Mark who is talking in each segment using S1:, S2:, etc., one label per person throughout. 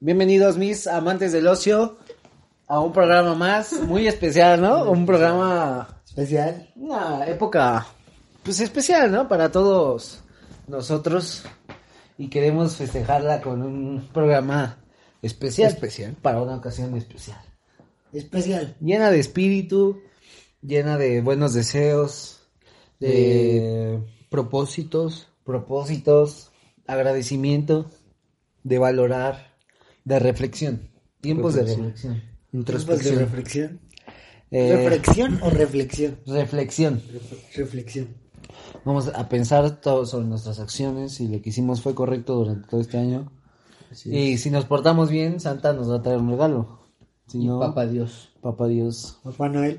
S1: Bienvenidos mis amantes del ocio a un programa más, muy especial, ¿no? Un programa,
S2: Especial.
S1: una época, pues especial, ¿no? Para todos nosotros y queremos festejarla con un programa especial,
S2: Especial.
S1: para una ocasión especial.
S2: Especial.
S1: Llena de espíritu, llena de buenos deseos, de
S3: propósitos.
S1: propósitos, agradecimiento, de valorar, de reflexión. Tiempos de
S3: Reflexión.
S1: reflexión.
S2: Tiempos de
S3: Introspección.
S2: reflexión.
S1: Eh,
S2: ¿Reflexión o reflexión?
S1: reflexión.
S2: Ref- reflexión.
S1: Vamos a pensar todo sobre nuestras acciones, si lo que hicimos fue correcto durante todo este año. y si nos portamos bien, Santa nos va a traer un regalo. Si
S3: Y
S1: no,
S3: papá Dios.
S1: papá Dios.
S2: Papá Noel,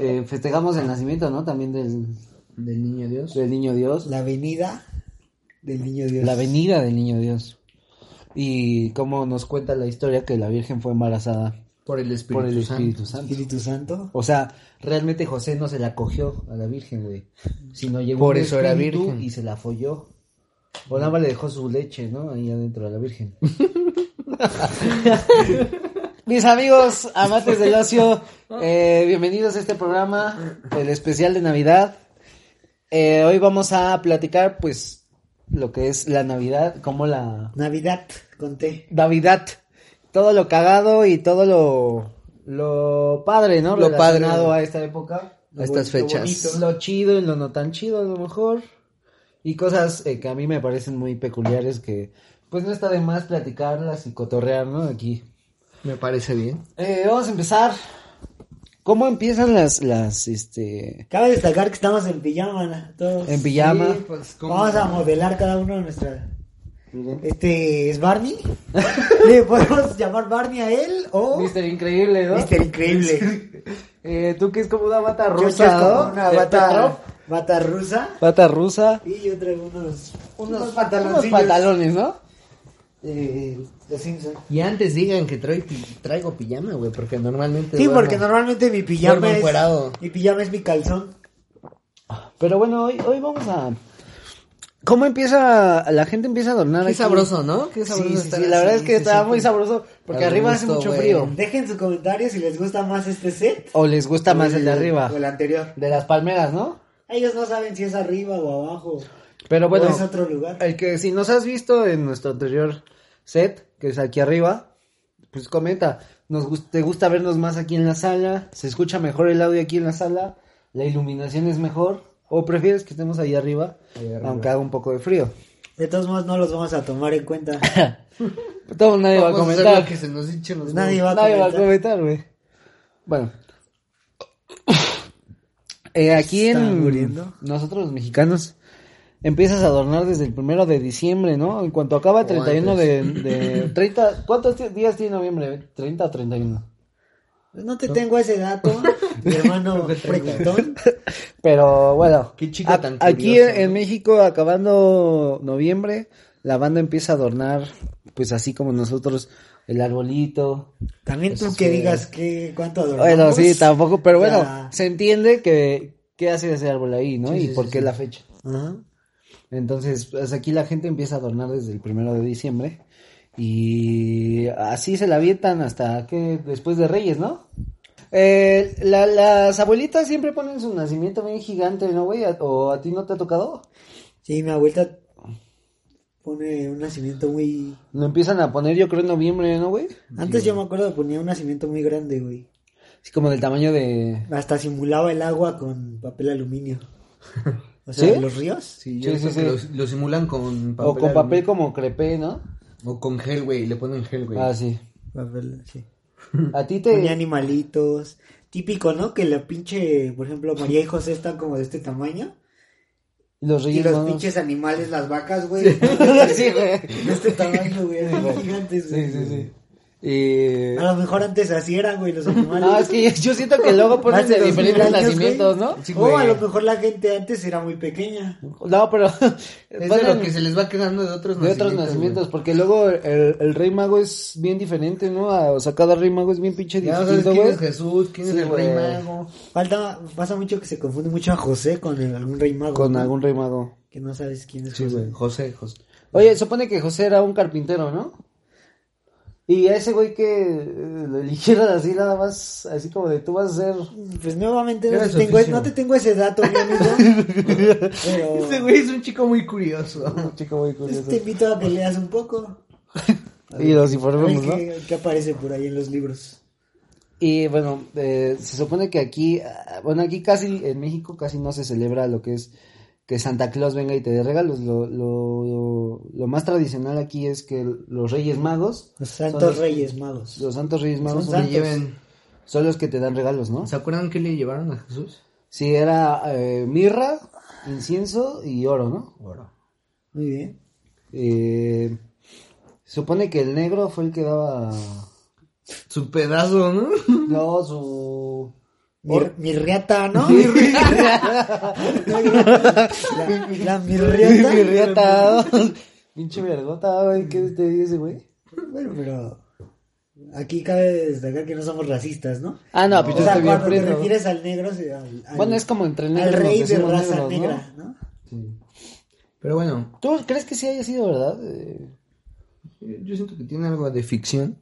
S1: Eh, festejamos el nacimiento, ¿no? También del,
S3: Del niño Dios.
S1: del niño Dios.
S2: la venida del niño Dios.
S1: La venida del niño Dios. Y cómo nos cuenta la historia que la Virgen fue embarazada
S3: Por el Espíritu
S1: por el
S3: Santo.
S1: Espíritu Santo.
S2: Espíritu Santo.
S1: O sea, realmente José no se la cogió a la Virgen, güey. Sino llegó
S3: Por
S1: un
S3: eso era
S1: espíritu
S3: virgen.
S1: y se la folló. O nada más le dejó su leche, ¿no? Ahí adentro a la Virgen. Mis amigos, amantes del ocio, eh, bienvenidos a este programa, el especial de Navidad. Eh, hoy vamos a platicar, pues, lo que es la Navidad, cómo la
S2: Navidad, conté.
S1: Navidad. Todo lo cagado y todo lo, lo padre, ¿no?
S3: Lo padre.
S1: Relacionado a esta época.
S3: A estas
S2: Lo bonito,
S3: fechas.
S2: Lo
S1: Lo chido y lo no tan chido, a lo mejor. Y cosas eh, que a mí me parecen muy peculiares que, pues, no está de más platicarlas y cotorrear, ¿no? Aquí.
S3: Me parece bien.
S1: Eh, vamos a empezar. ¿Cómo empiezan las, las, este,
S2: Cabe destacar que estamos en pijama, ¿no? todos.
S1: en pijama?
S3: Sí, pues, ¿cómo?
S2: Vamos a modelar cada uno nuestra. Este es Barney. ¿Le podemos llamar Barney a él o
S1: Mister Increíble, ¿no?
S2: Mister Increíble?
S1: Eh, Tú que es como una bata
S2: Yo
S1: rusa,
S2: traigo
S1: ¿no?
S2: una
S1: De
S2: bata,
S1: Petrov.
S2: bata rusa
S1: Bata rusa.
S2: y yo traigo unos,
S1: Unos
S2: pantaloncillos.
S1: pantalones, ¿no?
S2: Eh, los Simpsons.
S3: Y antes digan que traigo, traigo pijama, güey, porque normalmente.
S2: Sí,
S3: duermo.
S2: porque normalmente mi pijama
S3: duermo
S2: es
S3: encuerado.
S2: mi pijama es mi calzón.
S1: Pero bueno, hoy, hoy vamos a. ¿Cómo empieza? La gente empieza a adornar.
S3: Qué
S1: aquí.
S3: sabroso, ¿no? Qué
S1: Sí,
S3: sabroso
S1: sí,
S3: estar
S1: sí, la
S3: así,
S1: verdad es que
S3: se
S1: está muy
S3: siente-
S1: sabroso porque
S3: a
S1: arriba hace
S3: gusto,
S1: mucho
S3: güey.
S1: frío.
S2: Dejen su comentario si les gusta más este set.
S1: O les gusta más el de arriba.
S2: O el anterior.
S1: De las palmeras, ¿no?
S2: Ellos no saben si es arriba o abajo.
S1: Pero
S2: o
S1: bueno,
S2: es otro lugar.
S1: el que si nos has visto en nuestro anterior set, que es aquí arriba, pues comenta. Nos gus- ¿Te gusta vernos más aquí en la sala? ¿Se escucha mejor el audio aquí en la sala? ¿La iluminación es mejor? ¿O prefieres que estemos ahí arriba,
S3: Ahí arriba.
S1: aunque haga un poco de frío?
S2: De todos modos no los vamos a tomar en cuenta.
S1: Todo nadie va a
S3: Vamos a hacer
S1: comentar.
S3: lo que se nos hinche los
S2: Nadie va a
S1: Nadie va a
S2: comentar.
S1: comentar, güey. Bueno. Eh, aquí
S2: ¿Está
S1: en
S2: muriendo?
S1: nosotros los mexicanos empiezas a adornar desde el primero de diciembre, ¿no? En cuanto acaba el
S3: O
S1: 31 de, de 30, ¿cuántos ti- días tiene noviembre? 30 o 31.
S2: No te tengo ese dato, mi hermano preguntón.
S1: Pero bueno,
S3: Qué chico tan
S1: aquí
S3: curioso,
S1: en, en México acabando noviembre la banda empieza a adornar pues así como nosotros el arbolito,
S2: También tú
S3: Eso
S2: que
S3: sí.
S2: digas que cuánto adoramos.
S1: Bueno,
S3: pues,
S1: sí, tampoco, pero bueno,
S2: Ya.
S1: se entiende que qué hace ese árbol ahí, ¿no?
S3: Sí,
S1: y
S3: sí,
S1: por
S3: sí,
S1: qué
S3: sí.
S1: la fecha.
S2: Ajá.
S1: Entonces, pues aquí la gente empieza a adornar desde el primero de diciembre y así se la avientan hasta que después de Reyes, ¿no? Eh, la- las abuelitas siempre ponen su nacimiento bien gigante, ¿no, güey? ¿O a ti no te ha tocado?
S2: Sí, mi abuelita pone un nacimiento muy...
S1: Lo empiezan a poner, yo creo, en noviembre, ¿no, güey?
S2: Antes yo me acuerdo que ponía un nacimiento muy grande, güey.
S1: Así como del tamaño de...
S2: Hasta simulaba el agua con papel aluminio. O sea,
S1: ¿Sí?
S2: los ríos.
S3: Sí, yo
S1: Sí, sí,
S3: creo que
S1: sí.
S3: Lo, lo simulan con papel.
S1: o con papel
S3: aluminio.
S1: como crepé, ¿no?
S3: O con gel, güey. Le ponen gel, güey.
S1: Ah, sí.
S2: Papel, sí.
S1: A ti te...
S2: Ponía animalitos. Típico, ¿no? Que la pinche, por ejemplo, María y José están como de este tamaño.
S1: Los
S2: Y
S1: reyes
S2: los
S1: Magos-
S2: pinches animales, las vacas, güey.
S1: sí, güey.
S2: De este tamaño, güey. eran gigantes, güey.
S1: Sí, sí, sí. Y...
S3: Ah,
S2: A lo mejor antes así eran, güey, los animales.
S1: No, es que yo- yo siento que luego ponen
S2: Hace
S1: de
S2: 2000
S1: diferentes
S2: años,
S1: nacimientos,
S2: güey.
S1: ¿no?
S3: Sí,
S2: o a
S3: güey.
S2: lo mejor la gente antes era muy pequeña.
S1: No, pero
S3: Es de
S1: ponen
S3: lo que se les va quedando de otros
S1: de otros
S3: güey.
S1: nacimientos, porque luego el, el rey mago es bien diferente, ¿no? A- O sea, cada rey mago es bien pinche
S3: Ya sabes
S1: distinto,
S3: quién
S1: güey.
S3: es Jesús, quién
S1: Sí,
S3: es el Rey
S1: güey.
S3: Mago.
S2: Falta, pasa mucho que se confunde mucho a José con el- algún rey mago.
S1: Con
S2: ¿no?
S1: algún rey mago.
S2: Que no sabes quién es
S3: Sí,
S2: José.
S3: güey. José, José.
S1: Oye, supone que José era un carpintero, ¿no? Y a ese güey que eh, lo eligieron así nada más, así como de tú vas a ser...
S2: Pues nuevamente no
S4: Era
S2: te,
S4: su
S2: tengo,
S4: oficio.
S2: no te tengo ese dato, mi amigo. pero
S4: Ese
S1: Este
S4: güey es un chico muy curioso.
S1: Un chico muy
S2: pues,
S1: curioso.
S3: Este
S2: te invito a peleas un poco.
S1: Y los
S2: A ver
S1: informemos, ¿no?
S2: qué, qué aparece por ahí en los libros.
S1: Y bueno, eh, se supone que aquí, ah, bueno, aquí casi, en México casi no se celebra lo que es que Santa Claus venga y te dé regalos. Lo, lo, lo- lo más tradicional aquí es que los Reyes Magos,
S2: Los
S1: Son
S2: santos
S1: los-
S2: reyes magos.
S1: los Santos Reyes Magos,
S2: Son
S1: son,
S4: Le
S2: santos.
S4: lleven...
S1: los que te dan regalos, ¿no?
S4: ¿Se acuerdan qué le llevaron a Jesús?
S1: Sí, era eh, mirra, incienso y oro, ¿no?
S4: Oro.
S2: Muy bien.
S1: Eh, se supone que el negro fue el que daba,
S4: Su pedazo, ¿no?
S1: no, su...
S2: Mi, mi riata, ¿no? la, la mirriata.
S1: Mirriata. Pinche vergota, güey, ¿qué te dice ese güey?
S2: Bueno, pero aquí cabe destacar que no somos racistas, ¿no?
S1: Ah, no, pues
S2: O
S1: yo
S2: sea,
S1: estoy bien
S2: cuando te
S1: preso.
S2: refieres al negro, se- al, al-
S1: Bueno, es como entre
S2: al
S1: negros nos
S2: rey de
S1: decimos
S2: raza
S1: negros, ¿no?
S2: negra, ¿no?
S4: Pero bueno,
S1: ¿Tú crees que sí haya sido verdad? Eh,
S4: yo siento que tiene algo de ficción.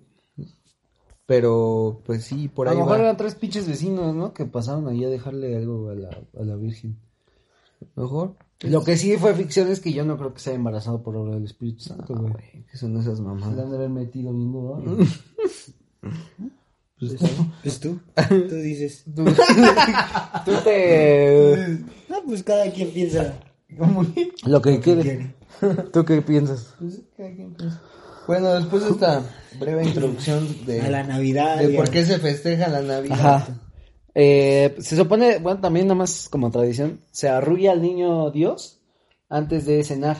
S4: Pero, pues sí, por
S1: a
S4: ahí
S1: lo mejor
S4: va.
S1: eran tres pinches vecinos, ¿no? Que pasaron ahí a dejarle algo a la, a la Virgen.
S4: Mejor.
S1: Lo Pues que sí fue ficción es que yo no creo que se haya embarazado por obra del Espíritu Santo, güey.
S4: Güey, ¿Qué son esas
S1: Se le
S4: mamadas?
S1: han de haber metido bien duro, ¿no?
S2: Pues tú, tú dices.
S1: Tú, tú te...
S2: No, pues cada quien piensa.
S1: Lo que
S2: quiere.
S1: quiere. ¿Tú qué piensas?
S4: Bueno, después de esta breve introducción de,
S2: A la Navidad.
S4: de
S2: y
S4: por
S2: a-
S4: qué se festeja la Navidad.
S1: Ajá. Eh, se supone, bueno, también nada más como tradición, se arrulla al niño Dios antes de cenar.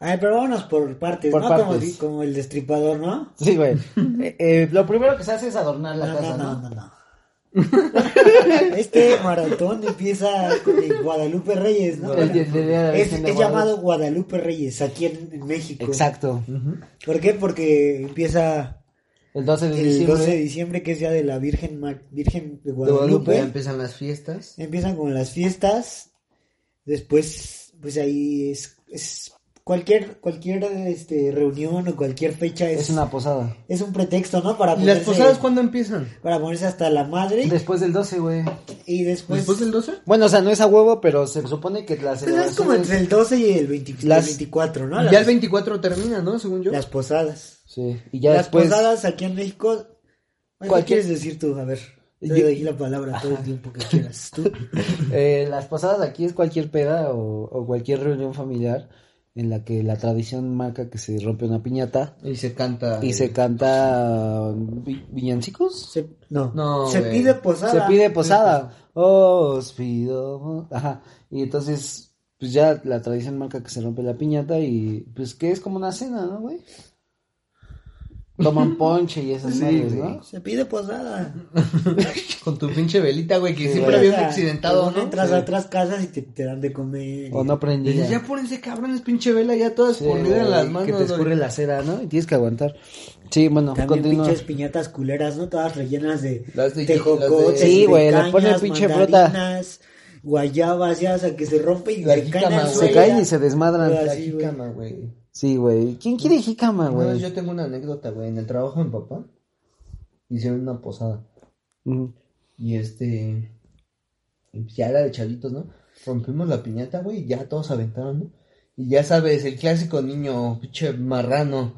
S2: Ay, pero vámonos por partes,
S1: Por
S2: ¿no? Como,
S1: partes.
S2: di- como el destripador, ¿no?
S1: Sí, güey. Eh, eh, lo primero que se hace es adornar la
S2: no,
S1: casa,
S2: no,
S1: ¿no?
S2: no, no, no. Este maratón empieza con el Guadalupe Reyes, ¿no?
S1: El- el- el día de la
S2: es,
S1: Virgen de
S2: es
S1: Guadalupe.
S2: llamado Guadalupe Reyes aquí en, en México.
S1: Exacto.
S2: ¿Por qué? Porque empieza
S1: El 12 de
S2: el
S1: diciembre.
S2: 12 de diciembre, que es ya de la Virgen, Ma- Virgen de
S4: De Guadalupe
S2: Guadalupe.
S4: empiezan las fiestas.
S2: Empiezan con las fiestas. Después, pues ahí es, es cualquier cualquier este, reunión o cualquier fecha es,
S1: Es una posada.
S2: es un pretexto, ¿no?
S1: Ah,
S2: Para
S4: ¿Y las
S1: pues,
S2: ponerse-
S4: posadas cuándo empiezan?
S2: para ponerse hasta la madre
S1: Después del 12, güey.
S2: y después...
S4: ¿Después del 12?
S1: Bueno, o sea, Pues, no es a huevo, pero se supone que la
S2: Pues es como
S1: celebración.
S2: entre el 12 y el 20 el
S1: Las-
S2: 24, ¿no?
S4: ya el 24 termina, ¿no? Según yo.
S2: Las posadas.
S1: Sí, y ya
S2: las
S1: después.
S2: posadas aquí en México... Ay, ¿Qué
S1: Cualquier-
S2: quieres decir tú? A ver, te
S1: Yo-
S2: doy aquí la palabra todo el tiempo que quieras. Tú.
S1: eh, las posadas aquí es cualquier peda o, o cualquier reunión familiar en la que la tradición marca que se rompe una piñata
S4: Y se canta.
S1: y se canta. vi- ¿Villancicos?
S2: Se- no,
S4: No,
S2: se
S4: güey.
S2: pide posada.
S1: Se pide posada. Os pido. Ajá. Y entonces, pues ya la tradición marca que se rompe la piñata y pues que es como una cena, ¿no, güey? Toman ponche y esas
S4: Sí,
S1: madres,
S4: güey.
S1: ¿no?
S2: Se pide posada.
S4: Con tu pinche velita, güey, que
S1: Sí,
S4: siempre
S1: güey. Pues,
S4: habías accidentado, ¿no?
S2: Entras
S4: Sí.
S2: a otras casas y te, te dan de comer.
S1: O no prendida.
S4: Dices, ya ponense cabrones, pinche vela, ya todas
S1: Sí,
S4: escurrida en las
S1: güey,
S4: manos.
S1: que te escurre
S4: güey.
S1: la cera, ¿no? Y tienes que aguantar. Sí, bueno,
S2: También
S1: continúa.
S2: pinches piñatas culeras, ¿no? Todas rellenas de
S4: Las de- las
S2: tejocotes,
S4: de-
S2: y
S1: Sí, güey, le
S2: cañas,
S1: ponen pinche fruta.
S2: mandarinas, Guayabas, ya, o sea, que se rompe y
S4: La
S2: se caen
S4: jícama,
S2: al
S4: güey.
S1: Se
S2: suelo.
S1: caen y se desmadran.
S2: Todas
S4: La
S2: así, güey.
S4: jícama, güey. Ah,
S1: Sí, güey. ¿Quién quiere jícama,
S4: Una vez
S1: güey?
S4: yo tengo una anécdota, güey. En el trabajo de mi papá hicieron una posada.
S1: Ujú.
S4: Y este. Ya era de chavitos, ¿no? Rompimos la piñata, güey, y ya todos aventaron, ¿no? Y ya sabes, el clásico niño, pinche marrano,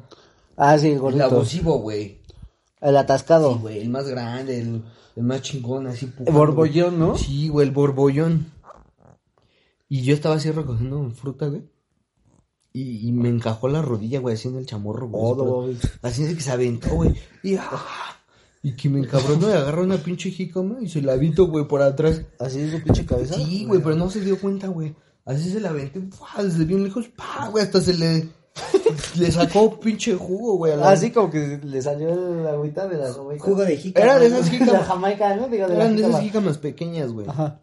S1: Ah, sí, el
S4: el
S1: gordito.
S4: abusivo, güey.
S1: El atascado.
S4: Sí, güey, el más grande, el, el más chingón, así.
S1: El
S4: pujando,
S1: borbollón, ¿no?
S4: güey. Sí, güey, el borbollón. Y yo estaba así recogiendo fruta, güey. Y, y me encajó la rodilla, güey, así en el chamorro, güey.
S1: Todo,
S4: Pero-
S1: güey.
S4: Así es que se aventó, güey. Y, ah, y que me encabronó y agarró una pinche jícama y se la aventó, güey, por atrás.
S1: Así es su pinche cabeza.
S4: Sí, güey, pero no se dio cuenta, güey. Así se la aventé, ¡fua! desde bien lejos, pa, güey, hasta se le... Le sacó pinche jugo, güey. a la-
S1: Así Ah, como que le salió la agüita de la Jamaica.
S2: Jugo de jícama.
S4: Era de
S2: ¿no?
S4: esas
S1: De la
S4: jícamas.
S1: Jamaica, ¿no? Digo, de la
S4: Eran de esas
S1: jícama.
S4: jícamas pequeñas, güey.
S1: Ajá.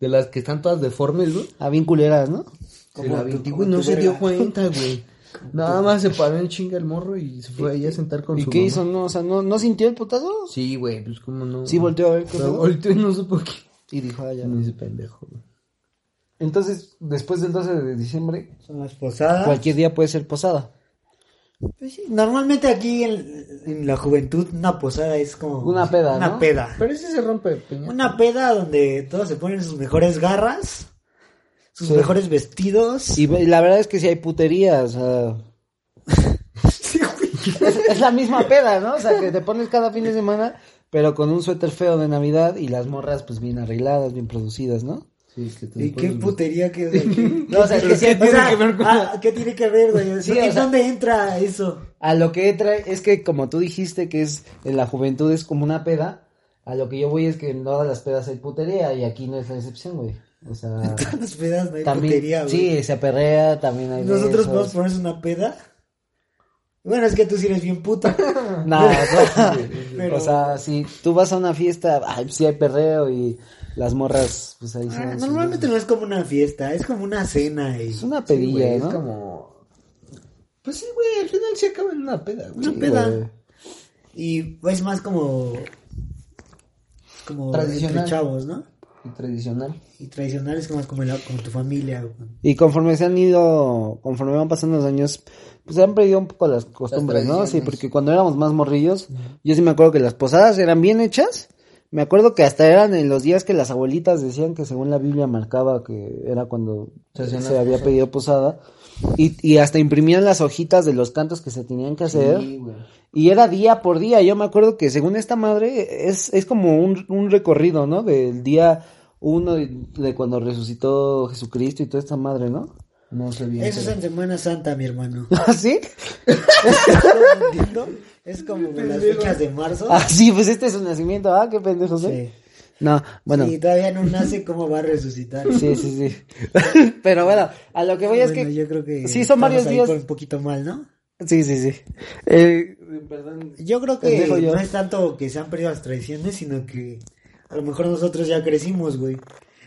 S4: De las que están todas deformes, güey.
S1: Ah, bien culeras, ¿no?
S2: Como
S4: Se la
S2: tu-
S4: aventé,
S2: como
S4: güey, no
S2: tu
S4: se dio
S2: verga.
S4: cuenta, güey. Nada más se paró en chinga el morro y se fue ahí a sentar con
S1: ¿Y
S4: su
S1: qué
S4: mamá.
S1: hizo? No, o sea, ¿no, ¿no sintió el putazo?
S4: Sí, güey, pues cómo no.
S1: Sí, volteó a ver qué
S4: Pero
S1: pedo.
S4: Volteó y no supo qué.
S1: Y dijo, ah, ya.
S4: Me dice pendejo, güey.
S1: Entonces, después del 12 de diciembre,
S2: Son las posadas.
S1: Ah. Pues, cualquier día puede ser posada.
S2: Pues sí, Normalmente aquí en, en la juventud una posada es como...
S1: Una peda,
S2: Una
S1: ¿no?
S2: peda.
S4: Pero ese se rompe piñata.
S2: Una peda donde todos se ponen sus mejores garras, sus
S1: Sí.
S2: mejores vestidos.
S1: Y ve- la verdad es que sí hay puterías.
S2: Sí, güey.
S1: es, es la misma peda, ¿no? O sea, que te pones cada fin de semana, pero con un suéter feo de Navidad y las morras, pues bien arregladas, bien producidas, ¿no?
S4: Sí, que te
S2: ¿Y qué
S4: pones-
S2: putería que es aquí?
S1: No, o sea, es que sí hay
S2: O sea,
S1: puterías que ver con-
S2: ah, ¿Qué tiene que ver, güey?
S1: Sí, o
S2: ¿En
S1: sea-
S2: dónde entra eso?
S1: A lo que trae es que, como tú dijiste, que es en la juventud es como una peda, a lo que yo voy es que en todas las pedas hay putería y aquí no es la excepción, güey. O sea,
S2: Todas las pedas no hay
S1: también.
S2: putería, güey.
S1: sí, se aperrea, también hay.
S2: Nosotros pues. podemos
S1: besos.
S2: ponernos una peda. Bueno, es que tú sí eres bien Ah, puta.
S1: No, no,
S2: Pero-
S1: o sea, si tú vas a una fiesta, ay, sí hay perreo y las morras, pues ahí se
S2: Ah,
S1: dan sus-
S2: Normalmente no es como una fiesta, es como una cena. Y...
S1: Es una
S4: Sí, güey,
S1: pedilla, ¿no?
S4: Es como. Pues sí, güey, al final se acaba en una peda, güey.
S2: Una
S1: Sí,
S2: peda.
S1: güey.
S2: Y es más como. Como
S4: Tradicional.
S2: entre chavos, ¿no?
S4: Y tradicional.
S2: Y tradicional es más como, la- como tu familia. güey.
S1: Y conforme se han ido, conforme van pasando los años, pues se han perdido un poco las costumbres, ¿no? Sí,
S4: tradiciones.
S1: porque cuando éramos más morrillos, yo sí me acuerdo que las posadas eran bien hechas. Me acuerdo que hasta eran en los días que las abuelitas decían que según la Biblia marcaba que era cuando
S4: Se
S1: se,
S4: hacían las
S1: había
S4: posadas.
S1: pedido posada. Y, y hasta imprimían las hojitas de los cantos que se tenían que hacer.
S4: Sí, güey.
S1: Y era día por día. Yo me acuerdo que según esta madre es, es como un, un recorrido, ¿no? Del día uno de, de cuando resucitó Jesucristo y toda esta madre, ¿no?
S4: No sé bien.
S2: Eso es
S4: pero-
S2: en Semana Santa, mi hermano.
S1: ¿Ah, sí?
S2: ¿Estás entendiendo? es como en las fechas de marzo.
S1: Ah, sí, pues este es su nacimiento. Ah, qué pendejo soy.
S2: Sí.
S1: No, bueno.
S2: Y todavía no nace, ¿cómo va a resucitar?
S1: Sí, sí, sí. Pero bueno, a lo que voy es
S2: Bueno,
S1: que...
S2: yo creo que
S1: Sí, son
S2: estamos
S1: varios
S2: ahí
S1: días.
S2: por Un poquito mal, ¿no?
S1: Sí, sí, sí. Eh, perdón.
S2: Yo creo que
S1: Pendejo yo.
S2: no es tanto que se han perdido las tradiciones, sino que a lo mejor nosotros ya crecimos, güey.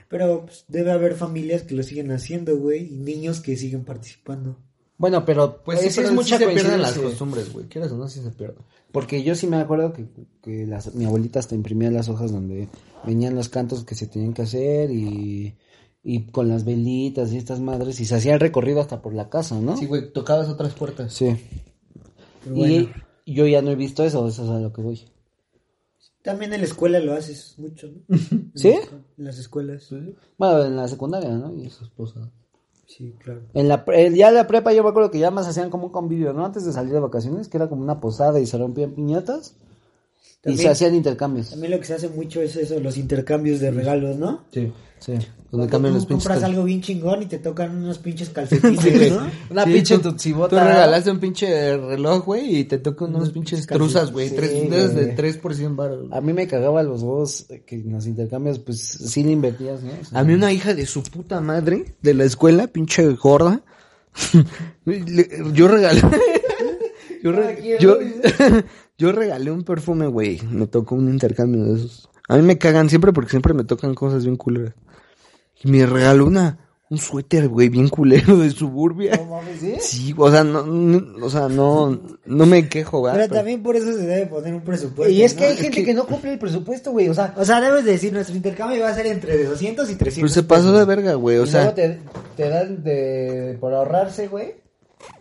S2: Pero pues, debe haber familias que lo siguen haciendo, güey, y niños que siguen participando.
S1: Bueno, pero...
S4: Pues sí,
S1: esa
S4: pero
S1: es mucha
S4: sí se pierden las
S1: coincidencia.
S4: costumbres,
S1: Pues,
S4: güey. Quieras o no, sí se pierden.
S1: Porque yo sí me acuerdo que, que las- mi abuelita hasta imprimía las hojas donde venían los cantos que se tenían que hacer y, y con las velitas y estas madres y se hacía el recorrido hasta por la casa, ¿no?
S4: Sí,
S1: Sí.
S4: güey, tocabas otras puertas.
S2: Pero bueno,
S1: Y yo ya no he visto eso, eso es a lo que voy.
S2: también en la escuela lo haces mucho, ¿no? En
S1: ¿Sí?
S2: las- En las escuelas.
S1: Bueno, en la secundaria, ¿no? Y eso.
S4: Su esposa.
S2: Sí, claro.
S1: En la, pre- ya en la prepa yo me acuerdo que ya más hacían como un convivio, ¿no? Antes de salir de vacaciones, que era como una posada y se rompían piñatas y se
S2: También,
S1: hacían intercambios.
S2: también lo que se hace mucho es eso, los intercambios de regalos, ¿no?
S4: Sí.
S1: Sí,
S2: Cuando
S1: donde cambian
S2: tú
S1: los pinches.
S2: compras
S1: cal-
S2: algo bien chingón y te tocan unos pinches calcetines, ¿no?
S1: Una
S4: Sí,
S1: pinche
S4: tú-
S1: tutsibota.
S4: Tú regalaste un pinche reloj, güey, y te tocan unos
S2: Unos
S4: pinches
S2: pinches
S4: truzas, güey.
S1: sí,
S4: tres, de-
S1: güey.
S4: de 3 por 100 baros.
S1: A mí me cagaba los dos que en los intercambios, pues sí le invertías, ¿no? O sea,
S4: A mí una hija de su puta madre de la escuela, pinche gorda. le- yo regalé. yo, re-
S1: Cada quien,
S4: yo-
S1: ¿no?
S4: yo regalé un perfume, güey. Me tocó un intercambio de esos. A mí me cagan siempre porque siempre me tocan cosas bien culeras. Y me regaló una un suéter, güey, bien culero de
S1: no
S4: suburbia.
S1: mames, ¿sí?
S4: Sí, o sea, no, no- o sea, no, no me quejo, güey.
S2: Pero también por eso se debe poner un presupuesto.
S1: Y es que
S2: ¿no?
S1: hay gente que no cumple el presupuesto, güey. O sea,
S2: O sea, debes decir, nuestro intercambio va a ser entre 200 y 300.
S4: Pero
S1: Pues
S4: se pasó de verga, güey.
S1: y
S4: O
S1: luego
S4: sea,
S1: te, te dan de, por ahorrarse, güey.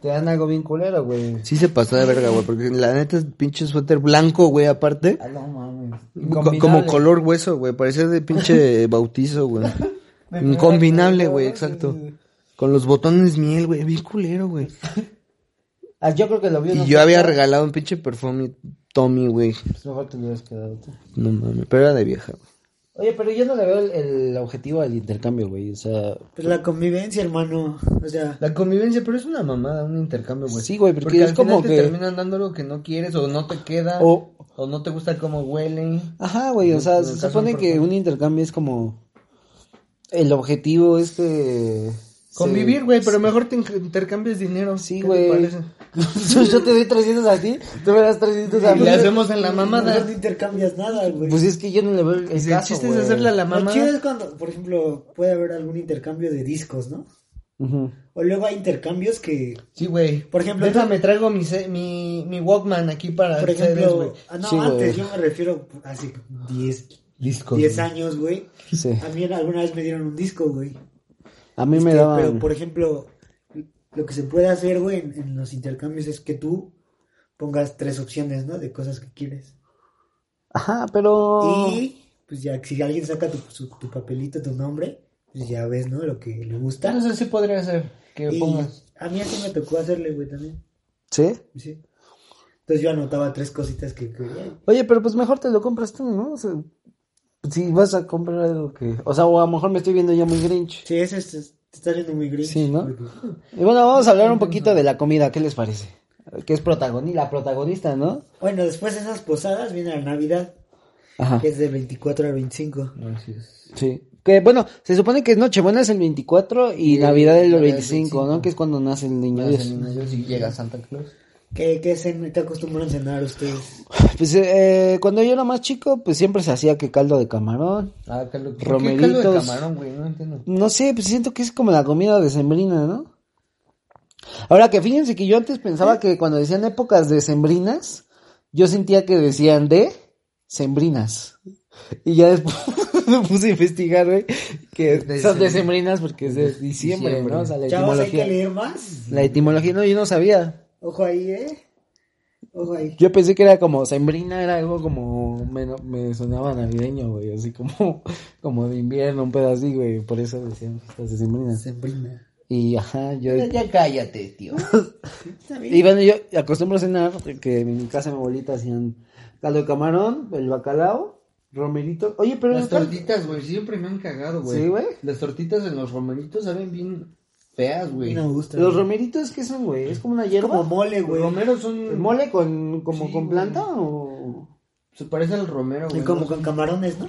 S1: Te dan algo bien culero, güey.
S4: sí se pasó de verga, güey. Porque la neta es pinche suéter blanco, güey, aparte.
S1: Ah, no mames.
S4: Co- Como color hueso, güey. Parecía de pinche bautizo, güey. Incombinable, güey, exacto. Con los botones miel, güey. Bien culero, güey.
S1: Ah, yo creo que lo vi.
S4: Y yo había regalado un pinche perfume Tommy, güey.
S1: Pues mejor te lo hubieras quedado tú.
S4: No mames. Pero era de vieja, güey.
S1: Oye, pero yo no le veo el, el objetivo al intercambio, güey. O sea,
S2: Pues la convivencia, hermano. O sea,
S4: La convivencia, pero es una mamada, un intercambio, güey.
S1: Sí, güey, porque es
S4: al
S1: como
S4: final
S1: que-
S4: te terminan dando lo que no quieres o no te queda
S1: O-
S4: o, no te gusta cómo huele.
S1: Ajá, güey, o
S4: En-
S1: sea,
S4: en
S1: se
S4: el caso
S1: supone
S4: del
S1: que
S4: perfume.
S1: un intercambio es como... El objetivo este, es que...
S4: Convivir, güey, pero mejor te in- intercambias dinero.
S1: Sí,
S4: ¿Qué te
S1: güey.
S4: parece?
S1: Yo te doy 300 a ti, tú me das 300 a
S4: Y
S1: mí.
S4: le hacemos en la
S2: no
S4: mamada.
S2: te intercambias nada, güey.
S1: Pues es que yo no le veo el
S4: Y si El
S1: caso,
S4: chiste es
S1: güey.
S4: hacerle a la
S2: Lo
S4: mamada.
S2: chido es cuando, por ejemplo, puede haber algún intercambio de discos, ¿no?
S1: Ujú.
S2: O luego hay intercambios que,
S4: Sí, güey.
S2: Por ejemplo,
S4: déjame traigo mi, se- mi, mi Walkman aquí para
S2: por
S4: ustedes, güey.
S2: ejemplo, ah, no,
S1: Sí, güey.
S2: antes yo me refiero hace 10,
S4: Disco.
S2: 10 años, güey.
S1: Sí.
S2: A mí alguna vez me dieron un disco, güey.
S1: A mí me
S2: Este,
S1: daban...
S2: Pero, por ejemplo, lo que se puede hacer, güey, en, en los intercambios es que tú pongas tres opciones, ¿no? De cosas que quieres.
S1: Ajá, pero.
S2: Y pues ya, si alguien saca tu, su- tu papelito, tu nombre, pues ya ves, ¿no? Lo que le gusta.
S1: Eso sí podría ser que
S2: Y
S1: pongas.
S2: a mí así me tocó hacerle, güey, también.
S3: ¿Sí?
S2: Sí. Entonces yo anotaba tres cositas que quería.
S1: Oye, pero pues mejor te lo compras tú, ¿no? O sea, si vas a comprar algo que. O sea, o a lo mejor me estoy viendo ya muy grinch.
S2: Sí, ese es, es- te está viendo muy gris.
S1: Sí, ¿no? Y bueno, vamos a hablar un poquito de la comida, ¿qué les parece? Que es protagonista, la protagonista, ¿no?
S2: Bueno, después de esas posadas viene la Navidad,
S1: Ajá.
S2: que es de 24 al 25.
S1: Sí. Que bueno, se supone que Nochebuena es el 24 y Navidad el 25, ¿no? Que es cuando nace el niño Dios.
S4: Si llega Santa Claus.
S2: ¿Qué, qué, cen- qué acostumbran cenar ustedes?
S1: Pues eh, cuando yo era más chico, pues siempre se hacía que caldo de camarón.
S4: Ah, que lo- ¿por
S1: Romeritos.
S4: ¿Qué caldo de camarón, güey? No entiendo.
S1: No sé, pues siento que es como la comida decembrina, ¿no? Ahora que fíjense que yo antes pensaba que cuando decían épocas decembrinas, yo sentía que decían de sembrinas. Y ya después me puse a investigar, güey, que
S4: De
S1: son
S4: sembrina.
S1: decembrinas porque es de diciembre,
S4: diciembre.
S1: ¿no? O sea, la
S2: Chavos, hay que
S1: etimología.
S2: leer más.
S1: La etimología, no, yo no sabía.
S2: Ojo ahí, ¿eh? Ojo ahí.
S1: Yo pensé que era como sembrina, era algo como me, me sonaba navideño, güey, así como como de invierno, un pedo así, güey, por eso decían fiestas decembrinas.
S2: Sembrina.
S1: Y ajá, yo
S4: Ya cállate, tío.
S2: Está bien.
S1: y bueno, yo acostumbro a cenar que en mi casa mi abuelita hacían caldo de camarón, el bacalao, romeritos. Oye, pero
S4: Las
S1: el cal-
S4: tortitas, güey, siempre me han cagado, güey.
S1: Sí, güey.
S4: Las tortitas en los romeritos saben bien feas, güey.
S2: No me gusta.
S1: los
S2: güey.
S1: romeritos qué son, güey? Es como una
S2: Es
S1: hierba.
S2: como mole, güey.
S4: Romeros son...
S1: mole con como
S4: Sí,
S1: con
S4: güey.
S1: planta o
S4: Se parece al romero, güey.
S2: Y como
S4: ¿no?
S2: con camarones, ¿no?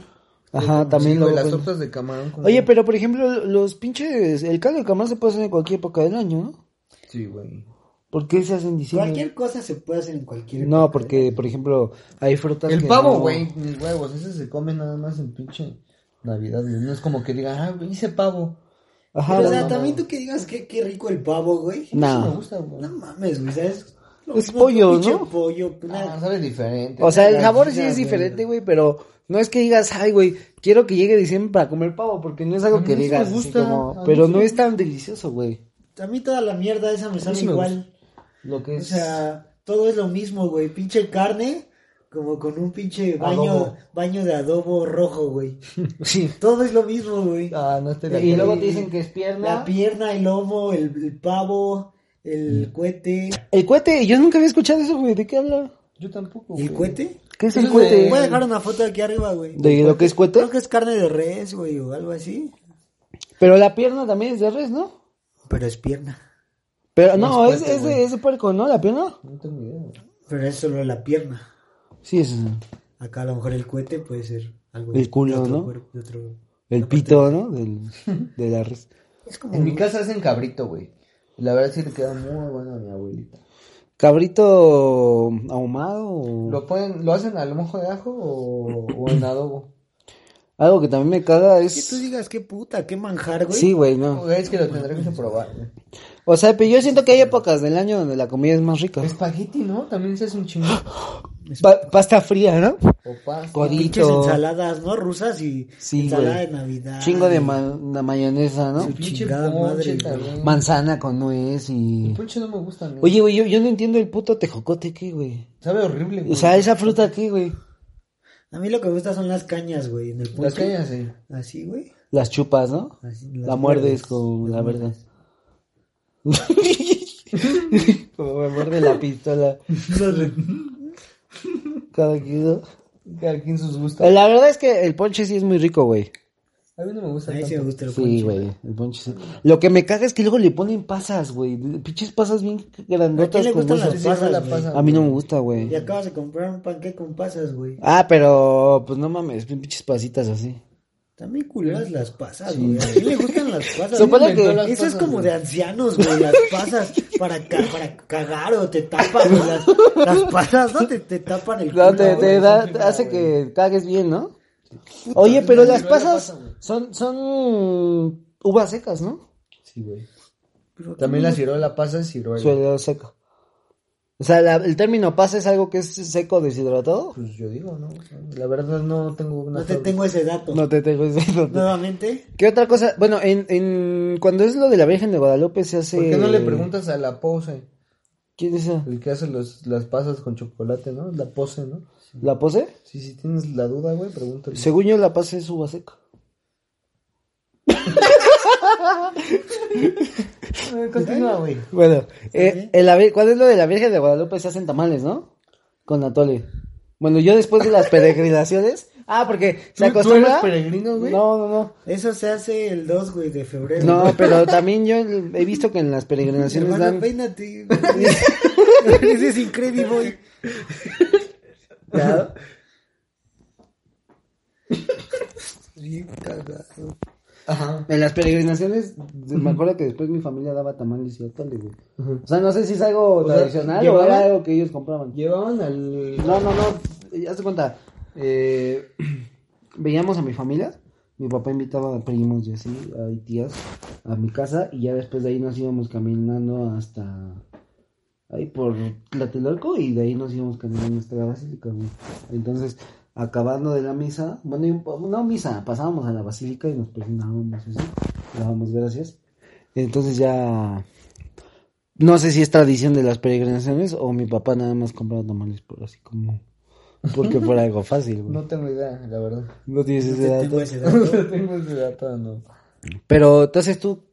S1: Ajá,
S4: Sí,
S1: también
S4: güey,
S1: lo
S4: las
S1: con-
S4: tortas de camarón. como-
S1: Oye, pero por ejemplo, los pinches el caldo de camarón se puede hacer en cualquier época del año, ¿no?
S4: Sí, güey.
S1: ¿Por qué se hacen diciembre?
S2: Cualquier cosa se puede hacer en cualquier...
S1: No, porque, por ejemplo, hay frutas
S4: El
S1: que
S4: pavo,
S1: no-
S4: güey, mis huevos, ese se come nada más en pinche Navidad, güey. No es como que diga, ah, güey, hice pavo.
S1: Ajá,
S2: Pero, o
S1: la-
S2: sea, también tú que digas que qué rico el pavo, güey.
S1: No.
S4: Sí me gusta, güey.
S2: No mames, güey, ¿sabes? Lo
S1: Es
S2: mismo que
S1: pollo,
S2: pinche
S1: ¿no?
S2: pollo, pues,
S4: Ah,
S2: nada.
S4: sabe diferente.
S1: O sea, el sabor sí
S4: Gallina,
S1: es
S4: güey.
S1: diferente, güey, pero no es que digas, ay, güey, quiero que llegue diciembre para comer pavo, porque no es
S4: A
S1: algo
S4: mí
S1: que
S4: sí me
S1: digas. así
S4: gusta,
S1: como-
S4: a mí
S1: Pero
S4: sí
S1: no
S4: me
S1: es tan delicioso, güey.
S2: A mí toda la mierda esa me sabe
S4: sí me
S2: igual.
S4: Lo que
S2: O
S4: es...
S2: sea, todo es lo mismo, güey. Pinche carne, como con un pinche
S4: Adobo.
S2: baño, baño de adobo rojo, güey.
S1: Sí.
S2: Todo es lo mismo, güey.
S4: Ah, no estoy de
S1: Y
S4: acuerdo.
S1: luego te dicen que es pierna.
S2: La pierna, el lomo, el, el pavo,
S1: Mm.
S2: el cohete.
S1: El cohete, yo nunca había escuchado eso, güey, ¿de qué habla?
S4: Yo tampoco,
S2: ¿El
S4: güey.
S2: cohete?
S1: ¿Qué es el
S4: Eso es de-
S1: cohete?
S2: Voy a dejar una foto aquí arriba, güey.
S1: ¿De lo que es cohete?
S2: Creo que es carne de res, güey, o algo así.
S1: Pero la pierna también es de res, ¿no?
S2: Pero es pierna.
S1: Pero no,
S4: es
S1: es,
S4: cohete,
S1: es, de, es de puerco, ¿no? ¿La pierna?
S4: No tengo idea, güey.
S2: Pero es solo la pierna.
S1: Sí, es
S2: Acá a lo mejor el cohete puede ser algo
S1: El culo,
S2: de otro
S1: ¿no?
S2: cuerpo, de otro-
S1: el pito, ¿no? Del, de la res.
S2: Es como
S4: En mi casa hacen cabrito, güey. La verdad sí le queda muy bueno a mi abuelita.
S1: Cabrito ahumado o
S4: Lo pueden, lo hacen al mojo de ajo o, o en adobo.
S1: algo que también me caga
S2: que tú
S1: es
S2: digas qué puta, qué manjar, güey.
S1: sí, güey, no.
S4: Güey, Es que lo tendremos que probar, güey.
S1: O sea, pero yo siento que hay épocas del año donde la comida es más rica.
S4: Espagueti, ¿no? También se hace un chingo.
S1: Pa- pasta fría, ¿no?
S4: O pasta.
S1: Con-
S2: Pinches
S1: Codito.
S2: ensaladas, ¿no? Rusas y
S1: Sí,
S2: ensalada
S1: güey.
S2: de Navidad.
S1: Chingo de ma- la mayonesa, ¿no?
S4: Su pinche
S2: chingada
S4: ponche
S2: madre,
S4: también.
S1: Manzana con nuez
S4: El
S1: y
S2: Pues,
S4: ponche no me gusta, güey.
S1: Oye, güey, yo, yo no entiendo el puto tejocote qué, güey.
S4: Sabe horrible, güey.
S1: O sea, esa fruta aquí, güey.
S2: A mí lo que me gusta son las cañas, güey, en el
S1: pues
S4: Las
S2: ponche.
S4: cañas, sí.
S2: Así, güey.
S1: Las chupas, ¿no?
S2: Así, las
S1: La muerdes
S2: muerdes,
S1: con
S2: las
S1: la verdad.
S2: muerdes.
S1: Como me muerde la pistola. Cada quien.
S4: Cada quien sus gustos.
S1: La verdad es que el ponche sí es muy rico, güey.
S4: A mí no me
S2: A
S4: gusta
S2: mí sí
S4: tanto.
S2: me gusta el ponche.
S1: Sí, güey, el ponche sí. Lo que me caga es que luego le ponen pasas, güey. Pinches pasas bien
S2: ¿A quién
S1: grandotas
S2: le
S1: como
S2: gustan
S1: esas.
S2: las
S4: esas. Sí,
S2: pasas,
S4: sí, la
S2: güey?
S4: pasa.
S1: A mí no me gusta, güey.
S2: Y acabas de comprar un panqué con pasas, güey.
S1: Ah, pero pues no mames, pinches pasitas así.
S2: También culeras las pasas, güey. ¿A quién le gustan las pasas?
S1: Supone
S2: ¿Quién inventó
S1: que-
S2: las Eso es
S4: pasas,
S2: como
S4: güey?
S2: de ancianos, güey. Las pasas para, ca- para cagar o te tapan, güey. Las, las pasas no te, te tapan el culo,
S1: No, te, te
S2: güey.
S1: da-
S4: sí,
S1: te hace
S4: güey.
S1: que cagues bien, ¿no? Oye, pero
S4: no,
S1: las
S4: no le pasa,
S1: pasas
S4: güey.
S1: son, son uvas secas, ¿no?
S4: Sí, güey.
S2: Pero
S4: También la ciruela pasa es ciruela.
S1: Suelo seco. O sea, la- el término pasa es algo que es seco deshidratado.
S4: Pues yo digo, ¿no? La verdad no tengo una
S2: No te tengo ese dato.
S1: No te tengo eso.
S2: Nuevamente.
S1: ¿Qué otra cosa? Bueno, en, en cuando es lo de la Virgen de Guadalupe se hace.
S4: ¿Por qué no le preguntas a la pose?
S1: ¿Quién es esa?
S4: El que hace los, las pasas con chocolate, ¿no? La pose, ¿no?
S1: ¿La pose?
S4: Si, si tienes la duda, güey, pregúntale.
S1: Según yo, la pose es uva seca.
S2: Continúa, güey.
S1: Bueno, eh, el ave- ¿cuál es lo de la Virgen de Guadalupe? Se hacen tamales, ¿no? Con atole. Bueno, yo después de las peregrinaciones. Ah, porque se
S4: ¿Tú- tú
S1: acostumbra.
S4: eres peregrino, güey?
S1: No, no, no.
S2: Eso se hace el 2, güey, de febrero.
S1: No, pero también yo he visto que en las peregrinaciones
S2: Hermano,
S1: dan.
S2: peínate. Ese es increíble, güey. Bien cagado.
S4: Ajá.
S1: En las peregrinaciones, me acuerdo que después mi familia daba tamales y atole, güey. O sea, no sé si es algo
S4: sea,
S1: tradicional o
S4: ¿llevaban?
S1: era algo que ellos compraban.
S4: Llevaban al...
S1: No, no, no. Hazte cuenta. eh, veíamos a mi familia. Mi papá invitaba a primos y así, a y tías, a mi casa. Y ya después de ahí nos íbamos caminando hasta. Ahí por Tlatelolco. Y de ahí nos íbamos caminando hasta la basílica, güey. Entonces, acabando de la misa. Bueno, y un po- no misa, pasábamos a la basílica y nos persignábamos así. Dábamos gracias. Entonces ya. No sé si es tradición de las peregrinaciones o mi papá nada más compraba tamales por así como. Porque fuera algo fácil, güey.
S4: No tengo idea, la verdad.
S1: No tienes
S2: No
S1: ese
S2: te
S1: dato.
S2: tengo ese dato.
S4: No tengo ese dato, no.
S1: Pero entonces tú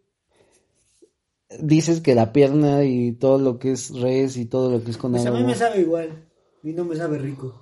S1: dices que la pierna y todo lo que es res y todo lo que es con
S2: Pues a mí
S1: agua-
S2: me sabe igual. Y no me sabe rico.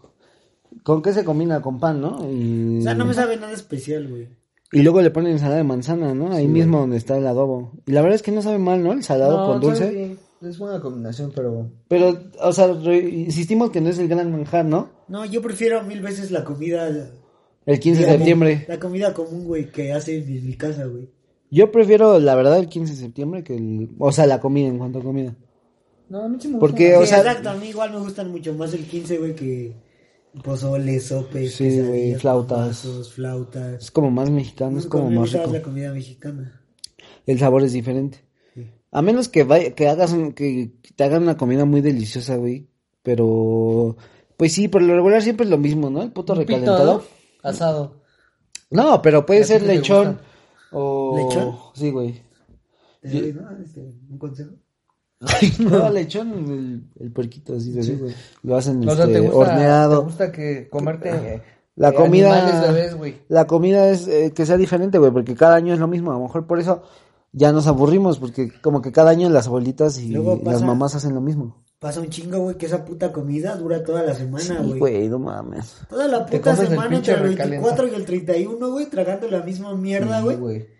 S1: ¿Con qué se combina? Con pan, ¿no? Y,
S2: O sea, no me sabe nada especial, güey.
S1: y luego le ponen ensalada de manzana, ¿no? Ahí mismo donde está el adobo. Y la verdad es que no sabe mal, ¿no? El salado
S4: No,
S1: con dulce.
S4: sabe bien. Es buena combinación, pero...
S1: Pero, o sea, re- insistimos que no es el gran manjar, ¿no?
S2: No, yo prefiero mil veces la comida.
S1: El 15 de
S2: digamos,
S1: septiembre.
S2: La comida común, güey, que hace en mi casa, güey.
S1: Yo prefiero, la verdad, el 15 de septiembre que el... O sea, la comida en cuanto a comida.
S4: No, a mí sí me gusta.
S1: Porque, o
S2: Sí,
S1: sea...
S2: exacto, a mí igual me gustan mucho más el 15, güey, que pozole, sope,
S1: Sí, güey, flautas.
S2: flautas.
S1: Es como más mexicano, es
S2: Nunca
S1: como
S2: me
S1: más
S2: gusta
S1: rico.
S2: la comida mexicana.
S1: El sabor es diferente.
S2: Sí.
S1: A menos que vaya- que hagas un- que te hagan una comida muy deliciosa, güey. Pero... Pues sí, por lo regular siempre es lo mismo, ¿no? El puto
S4: Un pito,
S1: recalentado.
S4: ¿no? Asado.
S1: No, pero puede
S4: ¿Y a ti
S1: ser
S4: qué te
S1: lechón
S4: gusta?
S1: o...
S2: ¿Lechón?
S1: Sí, güey.
S2: ¿Te doy, no? Este, ¿Un consejo?
S1: No, lechón, el, el puerquito así,
S4: Sí,
S1: güey.
S4: güey.
S1: Lo hacen
S4: O sea,
S1: este,
S4: te gusta,
S1: horneado. Ah,
S4: te gusta que comerte eh,
S1: La
S4: eh,
S1: comida-
S4: animales de vez, güey.
S1: La comida es eh, que sea diferente, güey, porque cada año es lo mismo. A lo mejor por eso ya nos aburrimos, porque como que cada año las abuelitas y
S2: Luego
S1: las
S2: pasa-
S1: mamás hacen lo mismo.
S2: Pasa un chingo, güey, que esa puta comida dura toda la
S4: Ah,
S2: semana,
S1: Sí,
S2: güey.
S1: güey, no mames.
S2: Toda la
S4: Te
S2: puta
S4: comes el
S2: semana
S4: pinche
S2: entre el
S4: recalentado.
S2: 24 y el 31, güey, tragando la misma mierda,
S4: Sí,
S2: güey.
S4: güey.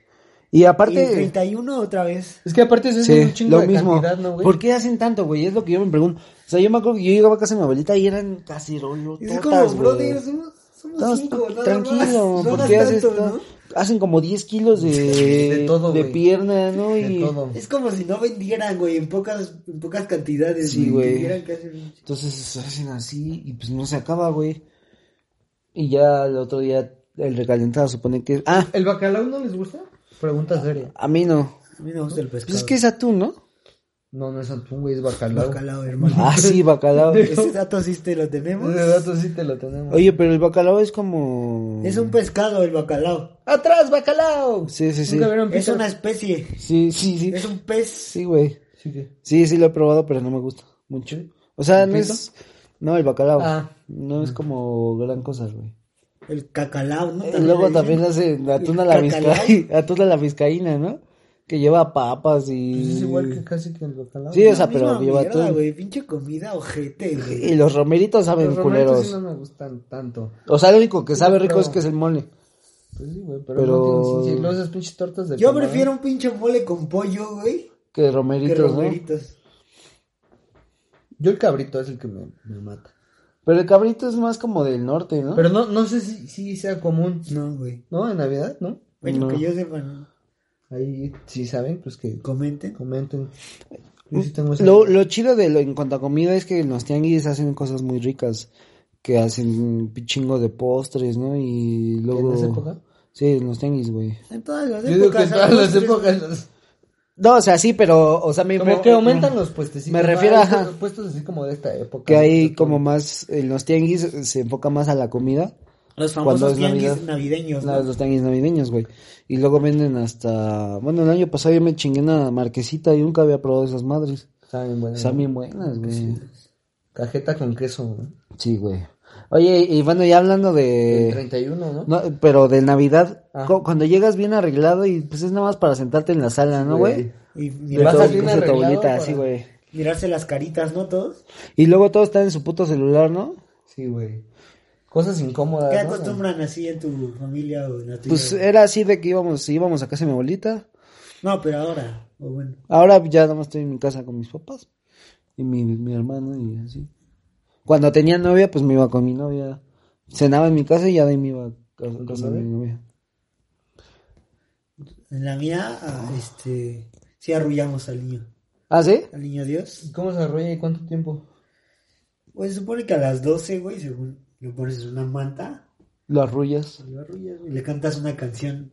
S1: Y
S2: y el
S1: aparte,
S2: 31 otra vez.
S4: Es que aparte se hace
S1: sí,
S4: un chingo
S1: lo
S4: de
S1: mismo.
S4: cantidad, ¿no, güey?
S1: ¿Por qué hacen tanto, güey? Es lo que yo me pregunto. O sea, yo me acuerdo que yo llegaba a casa de mi abuelita y eran cacerolo,
S2: Es como,
S1: tortas, güey.
S2: brother, somos, somos
S1: Todos,
S2: cinco, nada más.
S1: tranquilo,
S2: No
S1: ¿por
S2: hagas
S1: qué haces
S2: tanto,
S1: esto? Hacen como 10 kilos de, de,
S4: de todo, güey.
S1: pierna, ¿no?
S4: De
S1: Y-
S4: todo.
S2: Es como si no vendieran, güey, en pocas, en pocas cantidades.
S1: Sí, güey.
S2: Tuvieran que hacer un-
S1: Entonces hacen así y pues no se acaba, güey. Y ya el otro día el recalentado supone que... Ah,
S4: ¿El bacalao no les gusta? Pregunta seria.
S1: a mí no.
S2: A mí no me gusta el pescado.
S1: Pues es que es atún, ¿no?
S4: No, no es atún, güey, es
S2: El
S4: bacalao.
S2: bacalao, hermano.
S1: Ah, sí, bacalao.
S2: Ese dato sí te lo tenemos.
S4: Ese dato sí te lo tenemos.
S1: Oye, pero el bacalao es como...
S2: Es un pescado el bacalao.
S4: ¡Atrás, bacalao!
S1: Sí, sí, sí.
S4: Nunca vieron
S2: Es
S4: Peter-
S2: una especie.
S1: Sí, sí, sí.
S2: Es un pez.
S1: Sí, güey.
S4: Sí, ¿qué?
S1: Sí, sí lo he probado, pero no me gusta mucho. O sea, no
S4: ¿Pito?
S1: es... No, el bacalao.
S4: Ah.
S1: No es como gran cosa, güey.
S2: El cacalao, ¿no?
S4: Ah.
S1: Eh, Luego
S2: le
S1: también
S2: dicen.
S1: hacen atún a
S2: el
S1: la
S2: bacalao.
S1: vizcaína, atún a la vizcaína, ¿no? Que lleva papas y...
S4: Pues es igual que casi que el bacalao.
S1: Sí, o sea,
S2: La
S1: pero
S2: misma
S1: lleva
S2: mierda,
S1: atún.
S2: güey. Pinche comida ojete, güey.
S1: Y los romeritos saben
S4: Los romanos
S1: culeros.
S4: sí no me gustan tanto.
S1: O sea, lo único que sabe
S4: Yo
S1: rico
S4: creo.
S1: es que es el mole.
S4: Pues sí, güey, pero,
S1: Pero-
S4: no tienen ciencia. Y luego esas pinches tortas de
S2: Yo
S4: camarón.
S2: prefiero un pinche mole con pollo, güey.
S1: Que
S2: Que
S1: romeritos, ¿no?
S2: romeritos.
S4: Yo el cabrito es el que me, me mata.
S1: Pero el cabrito es más como del norte, ¿no?
S4: Pero no, no sé si, si sea común,
S2: No, güey.
S4: ¿no? En Navidad, ¿no?
S2: Bueno,
S1: No.
S2: que yo sepa, ¿no?
S4: Ahí sí saben, pues que
S2: comenten.
S4: comenten. Yo sí tengo esa-
S1: lo, lo chido de lo, en cuanto a comida es que en los tianguis hacen cosas muy ricas. Que hacen un chingo de postres, ¿no? Y luego...
S4: esa época?
S1: Sí, en los tianguis, güey.
S2: En todas las
S4: Yo digo que
S2: épocas.
S4: en todas las
S2: ¿sabes?
S4: épocas. los-
S1: No, o sea, sí, pero, o sea, me,
S4: Como
S1: me-
S4: que aumentan los puestecitos.
S1: me
S4: ¿no?
S1: refiero,
S4: Ah,
S1: ajá.
S4: estos puestos así como de esta época.
S1: que
S4: ¿no?
S1: hay como más, en los tianguis se enfoca más a la comida.
S2: Los
S1: Cuando
S2: famosos
S1: es
S2: tianguis
S1: Navidad.
S2: navideños,
S1: Nada,
S2: ¿no?
S1: los tanguis navideños, güey. Y luego venden hasta... Bueno, el año pasado yo me chingué una marquesita y nunca había probado esas madres.
S4: Saben, bueno,
S1: Están bien buenas, güey.
S4: Cajeta con queso. ¿no?
S1: Sí, güey. Oye, y bueno, ya hablando
S4: El
S1: de...
S4: 31, ¿no?
S1: Eh, No, pero de Navidad,
S4: Ah.
S1: cu- cuando llegas bien arreglado y pues es nada más para sentarte en la sala, ¿no, güey?
S2: Y
S4: Y vas
S2: mirar-
S1: Todo
S4: así
S1: con
S4: bien
S1: su
S4: arreglado
S1: toallita,
S4: para-
S1: así, güey.
S2: mirarse las caritas, ¿no? Todos.
S1: Y luego todo está en su puto celular, ¿no?
S4: Sí, güey. Cosas incómodas.
S2: ¿Qué
S4: ¿no?
S2: acostumbran así en tu familia o en la tuya?
S1: Ah, Pues era así de que íbamos, íbamos a casa de mi abuelita.
S2: No, pero ahora, o bueno.
S1: Ahora ya nada más estoy en mi casa con mis papás y mi, mi hermano y así. Cuando tenía novia, pues me iba con mi novia. Cenaba en mi casa y ya de ahí me iba a ca- casa de mi novia.
S2: En la mía, ah, este, sí arrullamos al niño.
S1: ¿Ah, sí?
S2: Al niño Dios.
S4: ¿Cómo se arrolla y cuánto tiempo?
S2: Pues se supone que a las 12, güey, según le pones en una manta,
S1: Lo arrullas.
S2: lo arrullas, güey, le cantas una canción.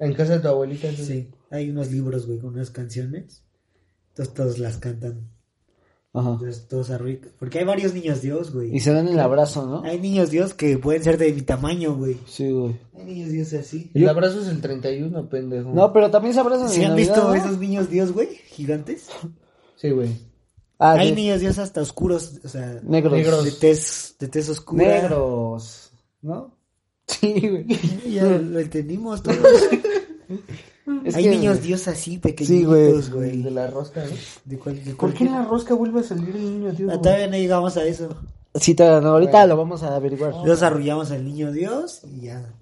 S4: En casa de tu abuelita. entonces.
S2: Sí, hay unos libros, güey, con unas canciones. Entonces todos las cantan.
S1: Ajá.
S2: Entonces todos arrullan. Porque hay varios niños Dios,
S1: Y
S2: güey.
S1: se dan el abrazo, ¿no?
S2: Hay niños Dios que pueden ser de mi tamaño, güey.
S1: Sí, güey.
S2: Hay niños Dios así.
S4: El abrazo es el 31, pendejo.
S1: No, pero también se abrazan
S2: Ah. ¿Sí
S1: en
S2: han
S1: Navidad,
S2: visto
S1: ¿no?
S2: esos niños Dios, güey? Gigantes.
S4: Sí, güey.
S1: Ah,
S2: Hay
S1: sí.
S2: niños Dios hasta oscuros, o sea,
S1: Negros.
S2: de tez, de tez oscura.
S1: Negros. ¿No? Sí, güey.
S2: Ya lo entendimos todos.
S1: Mm. Es
S2: Hay
S1: que-
S2: niños Dios así,
S1: Sí, güey.
S2: pequeñitos, güey.
S4: De la rosca, ¿no?
S2: De cual- de
S4: ¿Por qué en
S2: cualquier-
S4: la rosca vuelve a salir el niño, tío?
S2: Ah, Todavía no llegamos a eso.
S1: Sí, te- no, ahorita lo vamos a averiguar.
S2: Los arrullamos al niño Dios y ya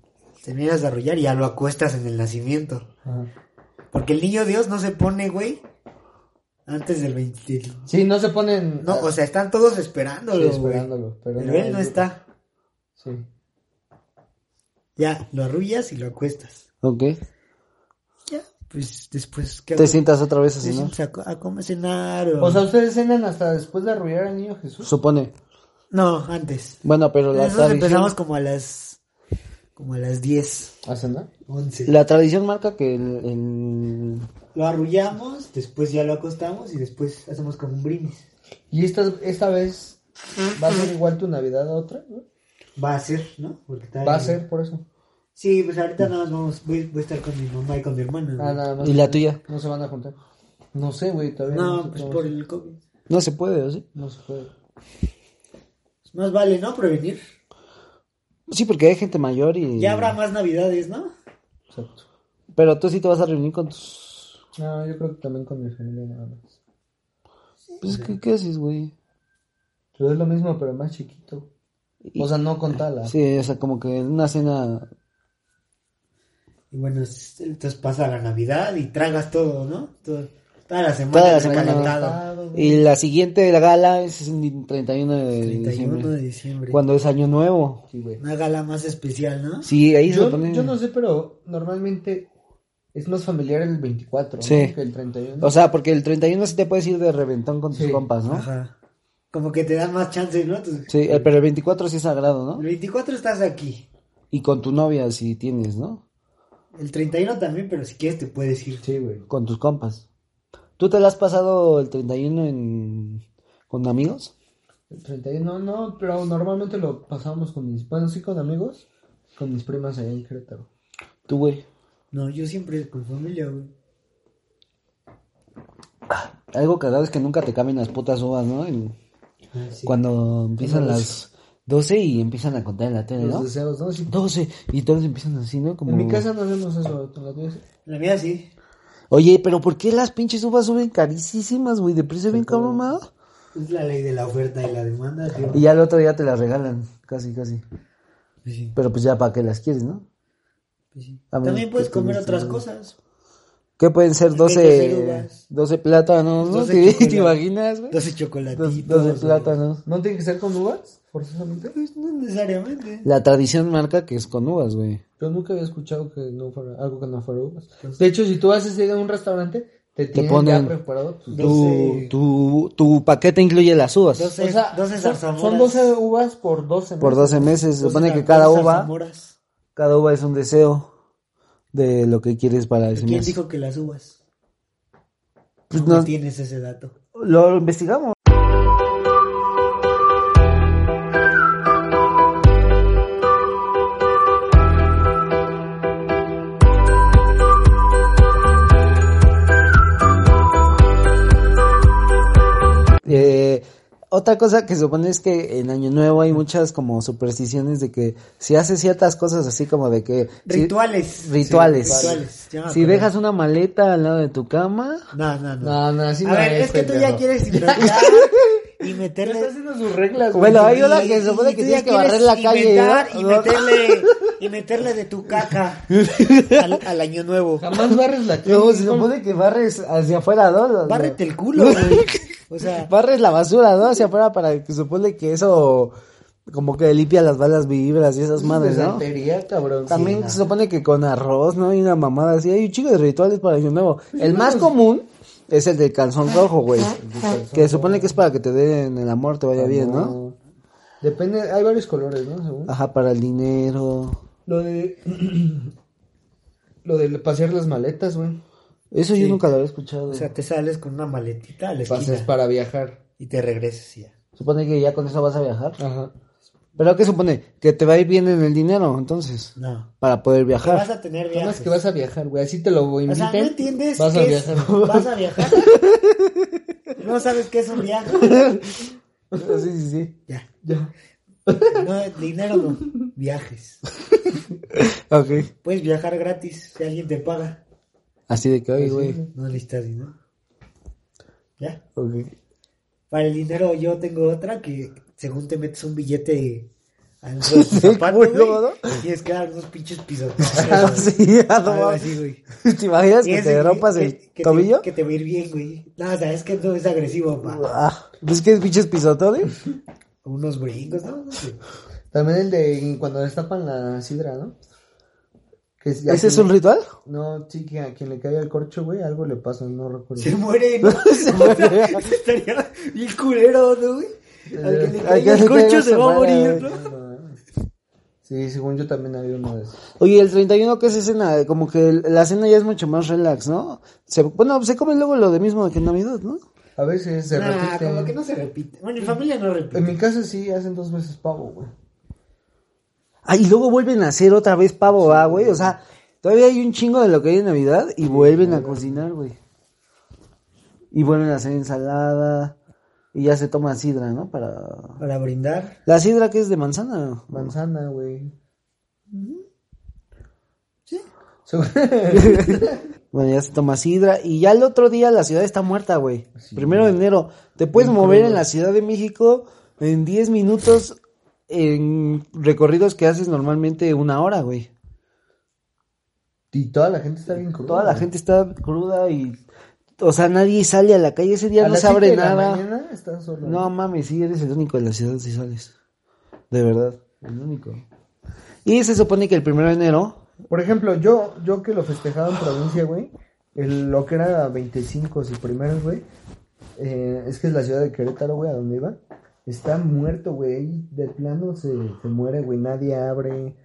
S2: terminas de arrullar y ya lo acuestas en el nacimiento. Porque el niño Dios no se pone, güey, antes del 20.
S4: Sí, no se ponen.
S2: No, o sea, están todos esperándolo,
S4: Sí,
S2: güey.
S4: esperándolo, pero
S2: Pero,
S4: no,
S2: él no
S4: él-
S2: está.
S4: Sí.
S2: Ya, lo arrullas y lo acuestas.
S1: Ok.
S2: Ya, pues después, ¿qué
S1: Te
S2: hago?
S1: sientas otra vez
S2: Se
S1: así, ¿no?
S2: sientan a, co- a comer, cenar o...
S4: O sea, ustedes cenan hasta después de arrullar al niño Jesús.
S1: Supone.
S2: No, antes.
S1: Bueno, pero la
S2: Nosotros
S1: tradición...
S2: empezamos como a las... Como a las 10,
S4: ¿A cenar?
S2: 11.
S1: La tradición marca que el, el-
S2: Lo arrullamos, después ya lo acostamos y después hacemos como un brindis.
S4: ¿Y esta, esta vez va a ser igual tu Navidad a otra? ¿no?
S2: Va a ser, ¿no? Porque está-
S4: Va a ser por eso.
S2: Sí, pues ahorita nada más vamos, voy, voy a estar con mi mamá y con mi hermana. güey.
S4: Ah, nada más.
S1: y la tuya.
S4: No se van a juntar. No sé, güey, todavía no,
S2: no,
S4: sé
S2: pues
S4: cómo-
S2: por el COVID.
S1: No se puede, ¿o sí?
S4: no se puede.
S2: Más vale, ¿no? Prevenir.
S1: Sí, porque hay gente mayor y...
S2: Ya habrá más navidades, ¿no?
S4: Exacto.
S1: Pero tú sí te vas a reunir con tus...
S4: No, yo creo que también con mi familia nada más.
S1: Pues, ¿qué, qué haces, güey?
S4: Pero es lo mismo, pero más chiquito. O sea, no con tala.
S1: Sí, o sea, como que una cena...
S2: Y bueno, es- entonces pasa la navidad y tragas todo, ¿no? Todo- toda la semana
S1: Toda la
S2: se ha
S1: semana.
S2: calentado.
S1: Y la siguiente la gala es el 31 de
S2: 31 de
S1: diciembre.
S2: diciembre.
S1: Cuando es Año Nuevo.
S4: Sí, güey.
S2: Una gala más especial, ¿no?
S1: Sí, ahí se
S4: Yo,
S1: lo ponen...
S4: yo no sé, pero normalmente es más familiar el 24 ¿no?
S1: Sí.
S4: que el 31.
S1: O sea, porque el 31 sí te puedes ir de reventón con tus
S4: Sí.
S1: compas, ¿no?
S2: Ajá. Como que te dan más chance, ¿no? Entonces,
S1: Sí, eh, pero el 24 sí es sagrado,
S2: el
S1: ¿no?
S2: 24 estás aquí.
S1: Y con tu novia si tienes, ¿no?
S2: El 31 también, pero si quieres te puedes ir.
S4: sí, güey.
S1: Con tus compas. ¿Tú te la has pasado el 31 en... con amigos?
S4: El 31, no, pero normalmente lo pasamos con mis. Bueno, sí, con amigos. Con mis primas allá en Querétaro.
S1: Tú, güey.
S2: No, yo siempre con familia, güey.
S1: Algo cagado es que nunca te cambian las putas uvas, ¿no? En-
S2: Ah, sí.
S1: Cuando empiezan las 12 y empiezan a contar en la tele,
S4: Los
S1: ¿no?
S4: deseos, ¿no? Sí.
S1: 12 y todos empiezan así, ¿no? Como...
S4: En mi casa no hacemos eso, ¿te lo digo?
S2: La mía sí.
S1: Oye, pero ¿por qué las pinches uvas suben carísimas, güey? De precio bien cabrón, ¿no?
S2: Es la ley de la oferta y la demanda, tío.
S1: Y ya el otro día te las regalan, casi, casi.
S2: Pues sí,
S1: Pero pues ya para qué las quieres, ¿no?
S2: pues sí.
S1: A menos
S2: También
S1: que
S2: puedes comer
S1: tengas
S2: otras
S1: hambre.
S2: cosas.
S1: ¿Qué pueden ser?
S2: que hay que
S1: 12,
S2: hacer uvas.
S1: 12 plátanos, ¿no?
S2: 12
S1: ¿Te, te
S2: chocolates.
S1: imaginas, güey?
S2: 12
S1: Dos-
S2: chocolatitos.
S1: 12
S2: o-
S1: plátanos.
S4: ¿No tiene que ser con uvas? Forzosamente.
S2: Pues no necesariamente.
S1: La tradición marca que es con uvas, güey.
S4: Yo nunca había escuchado que no fuera algo que no fuera uvas. De hecho, si tú haces ir a un restaurante, te tienen
S1: ponen-
S4: ya preparado. tus-
S1: Tu,
S2: 12.
S1: tu, tu paquete incluye las uvas.
S2: 12,
S4: O sea,
S2: 12 zarzamoras.
S4: son 12 uvas por 12
S1: Por 12 meses. Se
S2: 12
S1: supone que
S2: zar-
S1: cada
S2: 12
S1: uva,
S2: zarzamoras.
S1: cada uva es un deseo de lo que quieres para ese
S2: ¿Quién
S1: mes.
S2: dijo que las uvas?
S1: Pues
S2: no
S1: nos-
S2: tienes ese dato.
S1: lo investigamos. Eh, otra cosa que se supone es que en Año Nuevo hay muchas como supersticiones de que si haces ciertas cosas así como de que... si-
S2: Rituales.
S1: Rituales.
S2: Sí, rituales. Ah, Ya me
S1: si
S2: acordé.
S1: dejas una maleta al lado de tu cama...
S2: No, no, no.
S4: No, no, así
S2: a
S4: no
S2: ver, es que tú ya
S4: pendejo.
S2: quieres inventar y meterle.
S1: sus reglas. Bueno, hay una que se supone que
S2: tú
S1: tienes
S2: ya
S1: que barrer la
S2: quieres
S1: calle.
S2: inventar
S1: ¿no?
S2: Y
S1: No.
S2: meterle, y meterle de tu caca al, al año nuevo.
S4: Jamás barres la calle.
S1: No, se supone que barres hacia afuera, ¿no?
S2: Bárrete el culo, güey. O sea,
S1: Barres la basura, ¿no? Hacia afuera para que supone que eso como que limpia las balas vibras y esas madres, pues, ¿no?
S4: santería, cabrón.
S1: También
S4: Sí, no.
S1: se supone que con arroz, ¿no? Y una mamada así. Hay un chico de rituales para Año Nuevo. El más común es el del calzón rojo, güey. Que se supone que es para que te den el amor, te vaya bien, ¿no? Ah.
S4: Depende, hay varios colores, ¿no? Según.
S1: Ajá, para el dinero.
S4: Lo de. lo de pasear las maletas, güey.
S1: Eso yo nunca lo había escuchado.
S2: o sea, te sales con una maletita a la
S4: Pases
S2: esquina
S4: para viajar.
S2: y te regresas y ya.
S1: Supone que ya con eso vas a viajar.
S4: Ajá.
S1: ¿Pero qué supone? Que te va a ir bien en el dinero, entonces.
S2: No.
S1: Para poder
S2: Te vas
S1: viajar.
S2: a tener
S4: Nada más
S2: viajes.
S4: que vas a viajar, güey. Así te lo
S2: O
S4: inviten.
S2: sea, no entiendes
S4: Vas a
S2: qué es-
S4: viajar.
S2: vas a viajar. No sabes qué es un viaje.
S1: sí, sí, sí.
S2: Ya.
S4: Ya.
S2: No, dinero no. Viajes.
S1: Ok.
S2: Puedes viajar gratis si alguien te paga.
S1: Así de que, oye, güey.
S2: No necesitas dinero. Ya.
S1: Ok.
S2: Para el dinero yo tengo otra que según te metes un billete al zapato, güey,
S1: culo, Ah,
S2: y tienes que dar unos pinches pisos.
S1: Sí, a lo mejor.
S2: así, güey.
S1: ¿Te imaginas
S2: Y
S1: que
S2: ese
S1: te rompas
S2: que-
S1: el
S2: que te-
S1: tobillo?
S2: que te va a ir bien, güey. No, o sea, es que no es agresivo, pa.
S1: Ah, ¿Ves que es pinches pisotones?
S2: Unos brincos, ¿no? no sé.
S4: También el de cuando destapan la sidra, ¿no? Que si a
S1: ¿Ese
S4: quien-
S1: es un ritual?
S4: No, sí, que a quien le caiga el corcho, güey, algo le pasa, no recuerdo.
S2: Se muere, ¿no? Estaría bien culero, ¿no, güey? Al que
S1: Al que
S2: le caiga
S1: le
S2: el
S1: caiga
S2: coche se
S1: se
S2: va a
S1: muere,
S2: morir,
S1: güey.
S2: ¿no?
S4: Sí, según yo también había uno de esos.
S1: Oye, el 31, ¿qué es cena? Como que el- la cena ya es mucho más relax, ¿no? Se, bueno, se come luego lo de mismo que en Navidad, ¿no?
S4: A veces se
S2: Nah,
S4: repite.
S2: Ah, como que no se repite. Bueno, en familia no repite.
S4: En mi casa sí hacen dos veces pavo, güey.
S1: Ah, y luego vuelven a hacer otra vez pavo, ah, güey. O sea, todavía hay un chingo de lo que hay en Navidad y vuelven a cocinar, güey. Y vuelven a hacer ensalada. Y ya se toma sidra, ¿no? Para.
S2: Para brindar.
S1: La sidra que es de manzana.
S4: Manzana, güey.
S2: Sí.
S4: Según-
S1: Bueno, ya se toma sidra. Y ya el otro día la ciudad está muerta, güey. Primero de enero. Te puedes mover en la Ciudad de México en 10 minutos en recorridos que haces normalmente una hora, güey.
S4: y toda la gente está bien cruda.
S1: Toda la
S4: güey.
S1: gente está cruda y. O sea, nadie sale a la calle. Ese día
S4: A
S1: no
S4: las
S1: se abre
S4: siete de la
S1: nada.
S4: mañana está solo.
S1: No mames, sí, eres el único de la ciudad si sales. De verdad, el único. Y se supone que el primero de enero.
S4: Por ejemplo, yo, yo que lo festejaba en provincia, güey, el- lo que era 25 y primeros, güey, eh, es que es la ciudad de Querétaro, güey, a donde iba, está muerto, güey, de plano se, se muere, güey, nadie abre.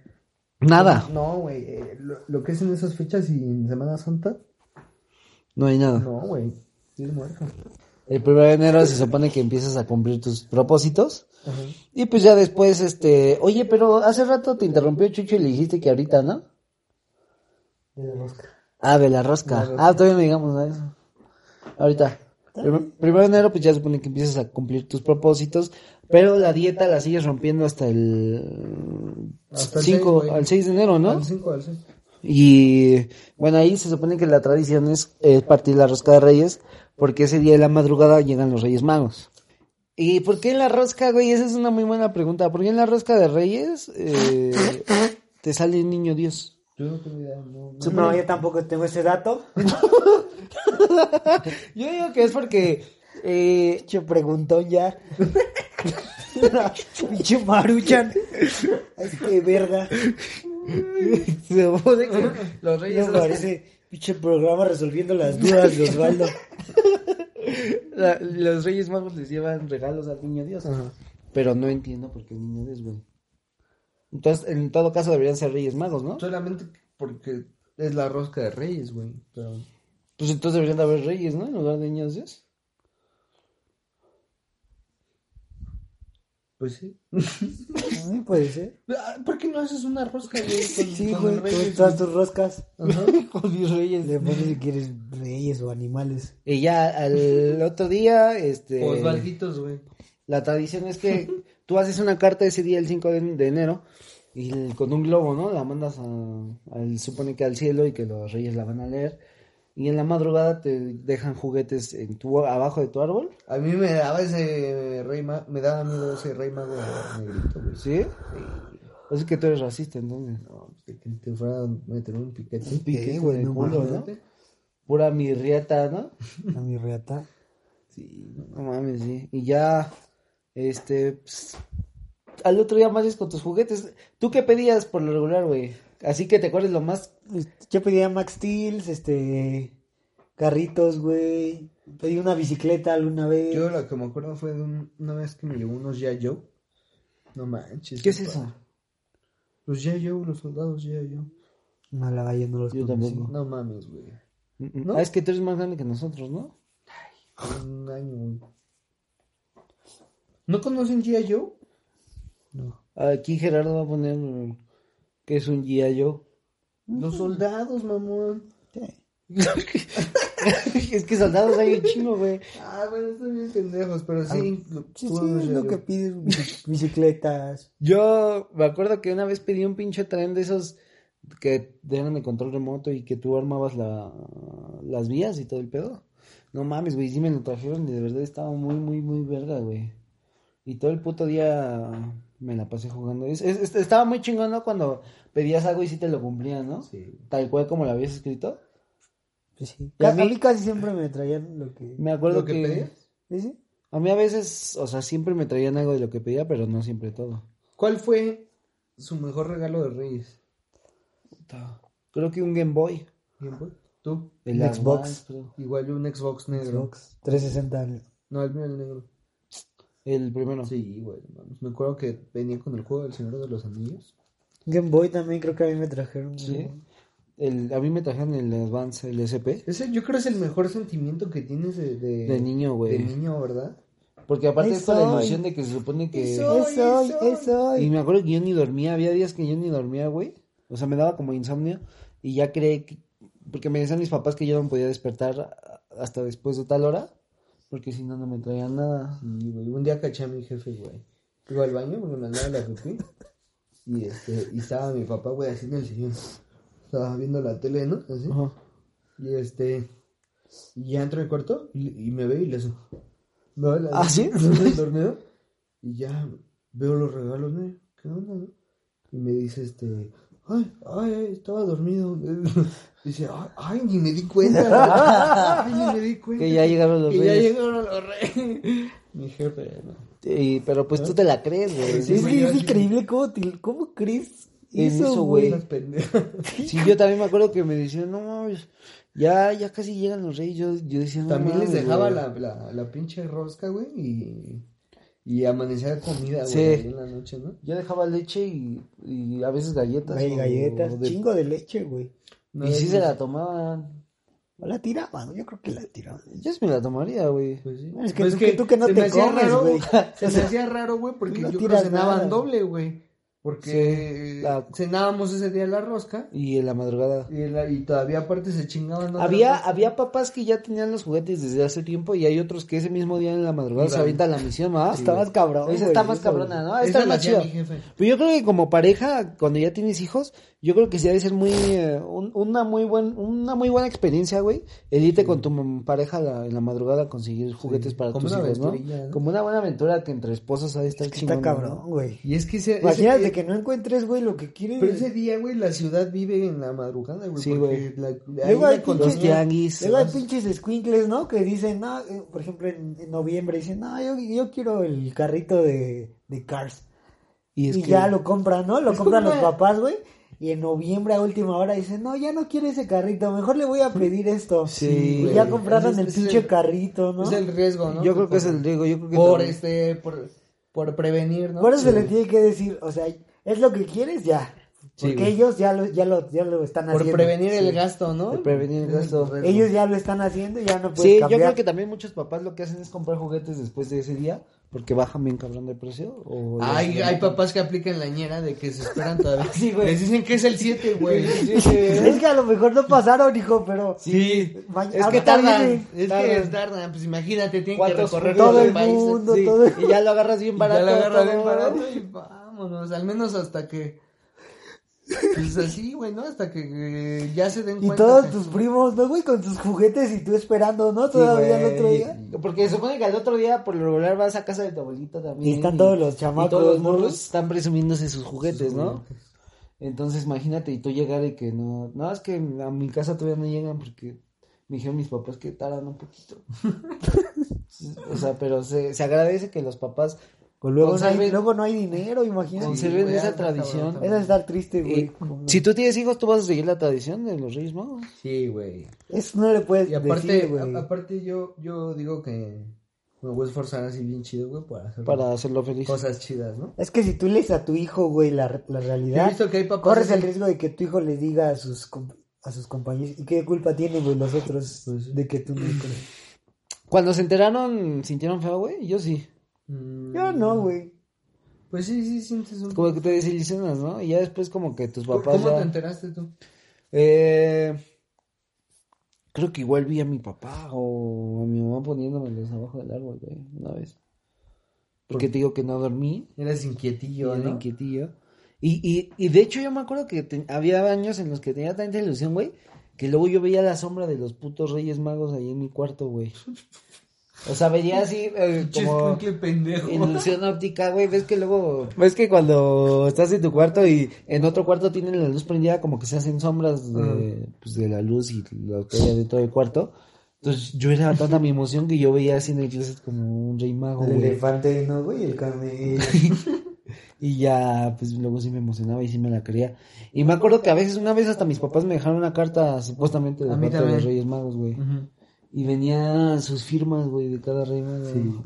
S1: Nada,
S4: No, güey, eh, lo, lo que es en esas fechas y en Semana Santa,
S1: no hay nada.
S4: no, güey, sí es muerto.
S1: El primero de enero se supone que empiezas a cumplir tus propósitos.
S4: Ajá.
S1: Y pues ya después, este. Oye, pero hace rato te interrumpió Chucho y le dijiste que ahorita, ¿no?
S4: De la rosca.
S1: Ah, de la rosca. Ah, todavía no llegamos a eso. Ahorita. Prim- Primero de enero, pues ya supone que empiezas a cumplir tus propósitos, pero la dieta la sigues rompiendo hasta el
S4: Hasta
S1: 5,
S4: el seis, güey.
S1: al 6 de enero, ¿no?
S4: Al 5, al 6.
S1: Y bueno, ahí se supone que la tradición es eh, partir la rosca de reyes, porque ese día de la madrugada llegan los reyes magos. ¿Y por qué en la rosca, güey? Esa es una muy buena pregunta. ¿Por qué en la rosca de reyes eh, te sale el niño Dios?
S4: Yo no tengo idea, no. no.
S2: No, yo tampoco tengo ese dato.
S1: Yo digo que es porque... eh,
S2: Pinche preguntón ya. Pinche maruchan. Es que verga.
S1: se supone que los
S2: Reyes
S1: reyes...
S2: parece pinche programa resolviendo las dudas de Osvaldo.
S1: la- los reyes magos les llevan regalos al niño Dios. Pero no entiendo por qué el niño Dios, güey. Entonces, en todo caso deberían ser reyes magos, ¿no?
S4: Solamente porque es la rosca de Reyes, güey, pero...
S1: Pues entonces deberían de haber reyes, ¿no? En lugar de niños Dios.
S4: Pues sí.
S2: Ay, puede ser.
S4: Ah, ¿Por qué no haces una rosca, güey? pues, con-
S2: Sí,
S4: con
S2: güey,
S4: reyes,
S2: con todas tus roscas.
S4: Ajá.
S1: Con mis reyes.
S2: Le pones si quieres reyes o animales.
S1: Y ya al otro día, este...
S4: Osvalditos, güey.
S1: La tradición es que tú haces una carta ese día, el 5 de, de enero, y el- con un globo, ¿no? La mandas a- al, supone que al cielo y que los reyes la van a leer. Y en la madrugada te dejan juguetes en tu, abajo de tu árbol.
S4: A mí me daba ese rey mago, me daba miedo ese rey mago negrito, güey.
S1: ¿Sí? Así que tú eres racista, entonces.
S4: No, pues, de que te fuera a meter un piquete.
S1: Un piquete, güey,
S4: en el
S1: no mames,
S4: culo, ¿no?
S1: Pura mirriata, ¿no?
S2: A mi reata.
S1: Sí, no mames, sí. Y ya, este, pues, al otro día más con tus juguetes. ¿Tú qué pedías por lo regular, güey? Así que te acuerdas lo más...
S2: Yo pedía Max Steels, este. Carritos, güey. Pedí una bicicleta alguna vez.
S4: Yo lo que me acuerdo fue de un- una vez que me llegó unos Yayo. No manches.
S1: ¿Qué es
S4: compa.
S1: eso?
S4: Los Yayo, los soldados Yayo.
S2: No, la valla no los
S1: Yo
S2: conocí.
S1: tampoco.
S4: No mames, güey.
S1: Ah, es que tú eres más grande que nosotros, ¿no?
S4: Un año, güey. ¿No conocen Yayo?
S2: No.
S1: Aquí Gerardo va a poner mm, que es un G.I. Joe.
S4: Los soldados, mamón.
S1: es que soldados hay un chingo, güey.
S4: Ah, bueno, están bien pendejos, pero sí. lo-
S2: Sí,
S4: tuve
S2: sí,
S4: unos
S2: es lo
S4: Yayo.
S2: que pides. bici- Bicicletas.
S1: Yo me acuerdo que una vez pedí un pinche tren de esos que eran de control remoto y que tú armabas la- las vías y todo el pedo. No mames, güey, sí me lo trajeron y de verdad estaba muy, muy, muy verga, güey. Y todo el puto día me la pasé jugando. Es- es- es- estaba muy chingón, ¿no? Cuando pedías algo y sí te lo cumplían, ¿no?
S4: Sí.
S1: Tal cual como lo habías escrito.
S2: Pues sí.
S1: ¿Y a
S2: Ca-
S1: mí?
S2: a mí casi siempre me traían lo que.
S1: Me acuerdo
S4: ¿Lo que pedías?
S2: ¿Sí, sí?
S1: A mí a veces, o sea, siempre me traían algo de lo que pedía, pero no siempre todo.
S4: ¿Cuál fue su mejor regalo de Reyes?
S1: Creo que un Game Boy.
S4: ¿Quién fue? ¿Tú?
S1: El
S2: Un Xbox.
S1: Advance, creo.
S4: Igual yo un Xbox negro.
S2: Xbox 360.
S4: No, el mío el negro.
S1: El primero.
S4: Sí, güey, mames. Me acuerdo que venía con el juego del Señor de los Anillos.
S2: Game Boy también creo que a mí me trajeron.
S1: Sí.
S2: ¿no?
S1: El, a mí me trajeron el Advance, el SP.
S4: Ese yo creo es el mejor sentimiento que tienes de, de,
S1: eh, De niño, güey.
S4: de niño, ¿verdad?
S1: Porque aparte
S2: Ahí
S1: es con la
S2: soy.
S1: ilusión de que se supone que...
S4: soy. Ay,
S2: Eso, hoy,
S4: eso.
S2: eso. hoy.
S1: Y me acuerdo que yo ni dormía, había días que yo ni dormía, güey. O sea, me daba como insomnio y ya creí que... Porque me decían mis papás que yo no me podía despertar hasta después de tal hora, porque si no, no me traían nada.
S4: Sí, güey. Un día caché a mi jefe, güey. Iba al baño porque me andaba la pipí. Y, este, y estaba mi papá, güey, así en el sillón. Estaba viendo la tele, ¿no? Así.
S1: Ajá.
S4: Y este. Y ya entro al cuarto y, y me veo y le hago. No, la-
S1: ¿Ah, sí?
S4: dormido. Y ya veo los regalos, ¿no? ¿Qué onda, no? Y me dice este. Ay, ay, ay, estaba dormido. Dice, ay, ay, ni me di cuenta. Ay, ni me di cuenta.
S1: Que ya llegaron los
S4: Que ya
S1: reyes.
S4: llegaron los reyes. Mi jefe, ¿no?
S1: Y- pero pues tú te la crees, güey.
S4: Pues
S2: Sí, es que es
S4: Sí.
S2: increíble cómo, te- cómo crees
S1: En eso,
S2: eso,
S1: güey.
S2: güey.
S4: Esas pendejas.
S1: Sí, yo también me acuerdo que me decían, no mames, ya, ya casi llegan los reyes. Yo, yo decía, no
S4: También les
S1: mames,
S4: dejaba
S1: güey".
S4: la, la, la pinche rosca, güey, y, y amanecía comida, güey,
S1: Sí.
S4: ahí en la noche, ¿no?
S1: Yo dejaba leche y, y a veces galletas.
S2: Güey,
S1: o-
S2: galletas,
S1: o de-
S2: chingo de leche, güey.
S4: No
S1: y sí
S4: es-
S1: se la tomaban.
S2: O la tiraban, yo creo que la tiraban.
S1: Yo sí me la tomaría, güey.
S4: Pues sí.
S2: Es que tú- que tú que no
S4: se
S2: te
S4: me hacía
S2: comes,
S4: raro,
S2: güey.
S4: Se me hacía raro, güey, porque
S2: No
S4: yo creo
S2: tiras
S4: cenaban
S2: nada.
S4: doble, güey. Porque
S1: Sí, la-
S4: cenábamos ese día la rosca
S1: Y en la madrugada.
S4: y, la- y todavía aparte se chingaban. otra
S1: Había,
S4: rosca.
S1: había papás que ya tenían los juguetes desde hace tiempo y hay otros que ese mismo día en la madrugada se
S4: Iban.
S1: avientan la misión, ¿no?
S2: Está más cabrón.
S1: Esa
S2: güey,
S1: está más
S2: eso,
S1: cabrona, ¿no?
S4: Esa
S1: Esta es
S4: la
S1: más
S4: hacía
S1: chida.
S4: mi jefe.
S1: Pero yo creo que como pareja, cuando ya tienes hijos, yo creo que sí debe ser muy, eh, un- una, muy buen, una muy buena experiencia, güey, el irte con tu mam- pareja a la- en la madrugada a conseguir juguetes para
S4: como
S1: tus
S4: una
S1: hijos, ¿no?
S4: aventurilla, ¿no?
S1: Como una buena aventura que entre esposos ha de estar
S2: güey. Está
S1: chingona,
S2: cabrón,
S1: ¿no?
S2: güey.
S4: Y es que ese, ese-
S2: Imagínate que no encuentres, güey, lo que quieres.
S4: pero ese día, güey, la ciudad vive en la madrugada, güey.
S1: Sí,
S4: porque
S1: güey.
S4: la- ahí
S2: Luego hay
S4: la colonia-
S1: los
S2: pinches,
S1: tianguis.
S2: luego hay pinches escuincles, ¿no? Que dicen, no, eh, por ejemplo, en, en noviembre dicen, no, yo, yo quiero el carrito de, de Cars.
S1: Y
S2: Y,
S1: es que
S2: ya lo compran, ¿no? Lo
S4: Es
S2: compran
S4: como
S2: los
S4: una-
S2: papás, güey. Y en noviembre a última hora dicen, no, ya no quiero ese carrito, mejor le voy a pedir esto.
S1: Sí,
S2: y
S1: güey.
S2: ya compraron
S4: Ese
S2: el
S4: es- ese es
S2: pinche
S4: el-
S2: carrito, ¿no?
S4: Es el riesgo, ¿no?
S1: yo creo que es
S4: corre.
S1: el riesgo, yo creo que
S4: por
S1: también-
S4: este por, por prevenir, ¿no?
S2: Por eso se le tiene que decir, o sea, es lo que quieres, ya.
S1: Sí,
S2: Porque
S1: güey.
S2: ellos ya lo, ya lo, ya lo están
S4: Por
S2: haciendo.
S4: prevenir el
S2: Sí.
S4: gasto, ¿no?
S1: De prevenir el
S4: Es
S1: gasto.
S4: correcto.
S2: Ellos ya lo están haciendo y ya no puedes
S1: Sí, yo
S2: pues, cambiar.
S1: creo que también muchos papás lo que hacen es comprar juguetes después de ese día porque bajan bien cabrón de precio. O
S3: Hay, hay papás que aplican la ñera de que se esperan todavía.
S1: Sí, güey.
S3: Les dicen que es el 7, güey.
S1: Sí, sí,
S2: Es que a lo mejor no pasaron, hijo, pero
S1: sí.
S2: ma-
S1: Es que
S2: ahorita
S1: tardan.
S2: viene
S3: Es que
S1: tardan.
S3: tardan, pues imagínate, tienen que
S1: ¿Cuántos
S3: recorrer
S1: juegos?
S3: todo el
S2: Todo el
S3: país.
S2: mundo.
S1: Sí,
S2: todo.
S1: Y ya lo agarras bien
S3: Y
S1: barato.
S3: ya la agarra bien
S1: todo.
S3: barato y vámonos, al menos hasta que... Pues así, güey, ¿no? Hasta que eh, ya se den
S2: Y
S3: cuenta.
S2: todos
S3: que-
S2: tus primos, ¿no, güey? Con sus juguetes y tú esperando, ¿no?
S1: Sí,
S2: Todavía el
S1: güey.
S2: otro día.
S1: Porque se supone que al otro día, por lo regular, vas a casa de tu abuelita también.
S2: Y están todos los chamacos,
S1: Y todos los
S2: ¿no?
S1: morros están presumiéndose sus juguetes, ¿no? Entonces, imagínate, y tú llegar y que no. No, es que a mi casa todavía no llegan porque me dijeron mis papás que tardan un poquito. o sea, pero se, se agradece que los papás
S2: Pues Luego, no hay,
S1: conserven,
S2: luego no hay dinero, imagínate.
S1: conserven
S3: Sí, güey,
S1: esa
S3: está cabrón,
S1: tradición.
S3: está
S2: Eso es estar triste,
S1: Y
S2: güey. Como-
S1: si tú tienes hijos, tú vas a seguir la tradición de los Reyes Magos.
S3: Sí, güey.
S2: Eso no le puedes
S3: Y aparte,
S2: decir, güey.
S3: a- aparte yo, yo digo que me voy a esforzar así bien chido, güey, para hacer
S1: Para hacerlo feliz.
S3: cosas chidas, ¿no?
S2: Es que si tú lees a tu hijo, güey, la,
S3: Yo
S2: la
S3: he
S2: realidad,
S3: visto que hay papás
S2: corres
S3: así.
S2: el riesgo de que tu hijo les diga a sus com- a sus compañeros. ¿Y qué culpa tienen, güey, los otros de que tú no crees?
S1: Cuando se enteraron, ¿sintieron feo, güey? Yo sí.
S3: Mm,
S2: Yo no, güey.
S3: Pues sí, sí, sientes un...
S1: Como que te desilusionas, ¿no? Y ya después como que tus
S3: ¿Cómo
S1: papás ya-
S3: te enteraste tú?
S1: Eh, creo que igual vi a mi papá o a mi mamá poniéndomelos abajo del árbol, güey, una vez. Porque te digo que no dormí,
S3: Eras inquietillo,
S1: y era
S3: ¿no?
S1: inquietillo. Y, y, y de hecho yo me acuerdo que te- había años en los que tenía tanta ilusión, güey, que luego yo veía la sombra de los putos Reyes Magos ahí en mi cuarto, güey. O sea, veía así eh, como
S3: Chiscuincle pendejo.
S1: ilusión óptica, güey, ves que luego, ves que cuando estás en tu cuarto y en otro cuarto tienen la luz prendida, como que se hacen sombras de, pues, de la luz y lo que hay dentro del cuarto. Entonces yo era tanta mi emoción que yo veía así en el closet como un rey mago,
S2: El
S1: güey.
S2: elefante, no, güey, el camello.
S1: Y ya, pues luego sí me emocionaba y sí me la creía. Y me acuerdo que a veces, una vez hasta mis papás me dejaron una carta supuestamente de
S3: A mí
S1: parte de los
S3: también.
S1: Reyes Magos, güey.
S3: Ujú.
S1: Y venían sus firmas, güey, de cada rey mago.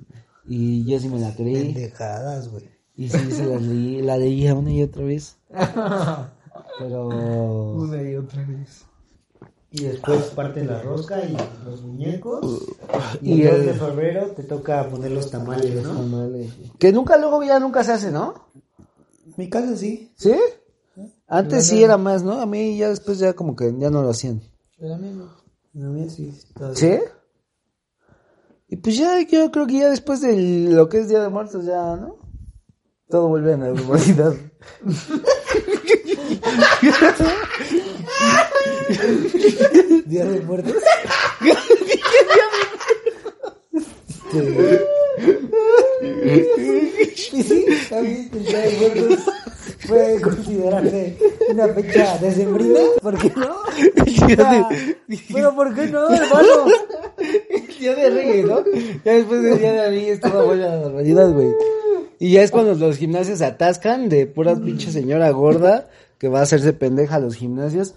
S1: Y yo sí me la creí.
S2: Pendejadas, güey.
S1: Y sí, se las leí, la leía una y otra vez. Pero.
S3: Una y otra vez.
S2: Y después
S1: Ah.
S2: parte la rosca y los muñecos.
S1: Y
S2: Y el 2
S1: el-
S2: de febrero te toca poner los tamales, ¿no?
S1: Que nunca, luego ya nunca se hace, ¿no?
S2: Mi casa sí.
S1: ¿Sí? Antes sí era más, ¿no? A mí ya después ya como que ya no lo hacían.
S3: Era menos.
S2: No, mía sí. está-
S1: ¿Sí? Y pues ya, yo creo que ya después de lo que es Día de Muertos, ya, ¿no? Todo vuelve a la normalidad.
S2: Día de muertos. Este... Y sí, también el Día de Muertos puede considerarse una fecha decembrina, ¿por qué no? O sea, Pero ¿por qué no, hermano?
S1: Día de Reyes, ¿no? Ya después del Día de Reyes todo vuelve a la normalidad, güey. Y ya es cuando los gimnasios se atascan de pura pinche señora gorda que va a hacerse pendeja a los gimnasios.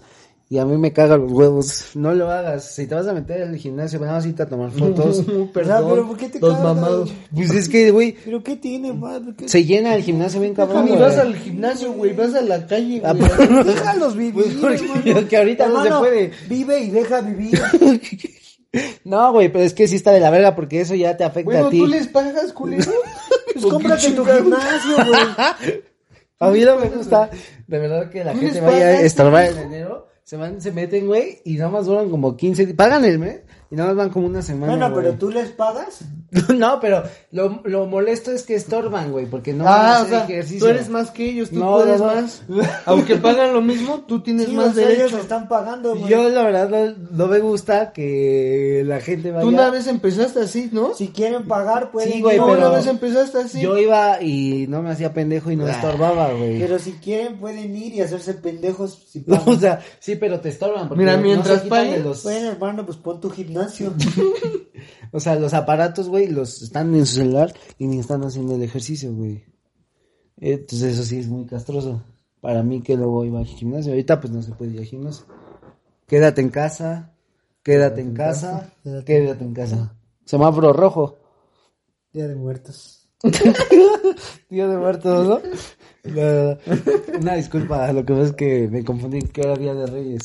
S1: Y a mí me cagan los huevos. No lo hagas. Si te vas a meter al gimnasio, nada más irte a tomar fotos. Ah,
S2: Perdón, pero ¿por qué te
S3: los
S2: cagas?
S3: mamados.
S1: Pues es que, güey,
S2: ¿Pero qué tiene,
S1: Mm.
S2: más? ¿Por qué
S1: se llena el gimnasio bien cabrón,
S3: Ni
S1: güey.
S3: vas al gimnasio, güey, vas a la calle,
S1: Ah,
S3: güey.
S1: pero-
S2: Déjalos vivir,
S1: Pues porque-
S2: hermano.
S1: que ahorita no se
S2: Hermano,
S1: puede. Pues,
S2: Vive y deja vivir.
S1: No, güey, pero es que sí está de la verga porque eso ya te afecta
S3: Bueno,
S1: a ti.
S3: tú les pagas, culero.
S2: Pues cómprate tu gimnasio, güey.
S1: A mí no me gusta, de verdad, que la
S3: Tú
S1: gente
S3: les
S1: vaya a
S3: pagas,
S1: estorbar el dinero. Se, van, se meten, güey, y nada más duran como 15 días. Pagan el mes y nada más van como una semana.
S2: Bueno,
S1: güey.
S2: pero tú les pagas.
S1: No, pero lo, lo molesto es que estorban, güey, porque no van a
S3: Ah, o
S1: hacer
S3: sea,
S1: ejercicio.
S3: tú eres más que ellos, tú
S1: No,
S3: puedes
S1: no, no.
S3: más. Aunque pagan lo mismo, tú tienes
S2: Sí,
S3: más
S2: o sea, ellos
S3: derecho.
S2: están pagando, güey.
S1: Yo, la verdad, no, no me gusta que la gente vaya.
S3: Tú una vez empezaste así, ¿no?
S2: Si quieren pagar, pueden.
S1: Sí, güey,
S3: No,
S2: no,
S1: pero-
S3: una vez empezaste así. Ah.
S1: Yo iba y no me hacía pendejo y no estorbaba, güey.
S2: pero si quieren, pueden ir y hacerse pendejos. Si pagan.
S1: O sea, sí, pero te estorban. porque
S3: Mira,
S1: no se
S3: mientras
S1: quitan de
S3: paguen,
S1: los-
S2: Bueno, hermano, pues pon tu gimnasio.
S1: O sea, los aparatos, güey, los están en su celular y ni están haciendo el ejercicio, güey. Entonces eso sí es muy castroso. Para mí que luego iba al gimnasio. Ahorita pues no se puede ir al gimnasio. Quédate en casa, quédate en casa, quédate en casa. Semáforo rojo.
S2: Día de muertos.
S1: Día de muertos, ¿no? La- una disculpa, lo que pasa es que me confundí que era Día de Reyes.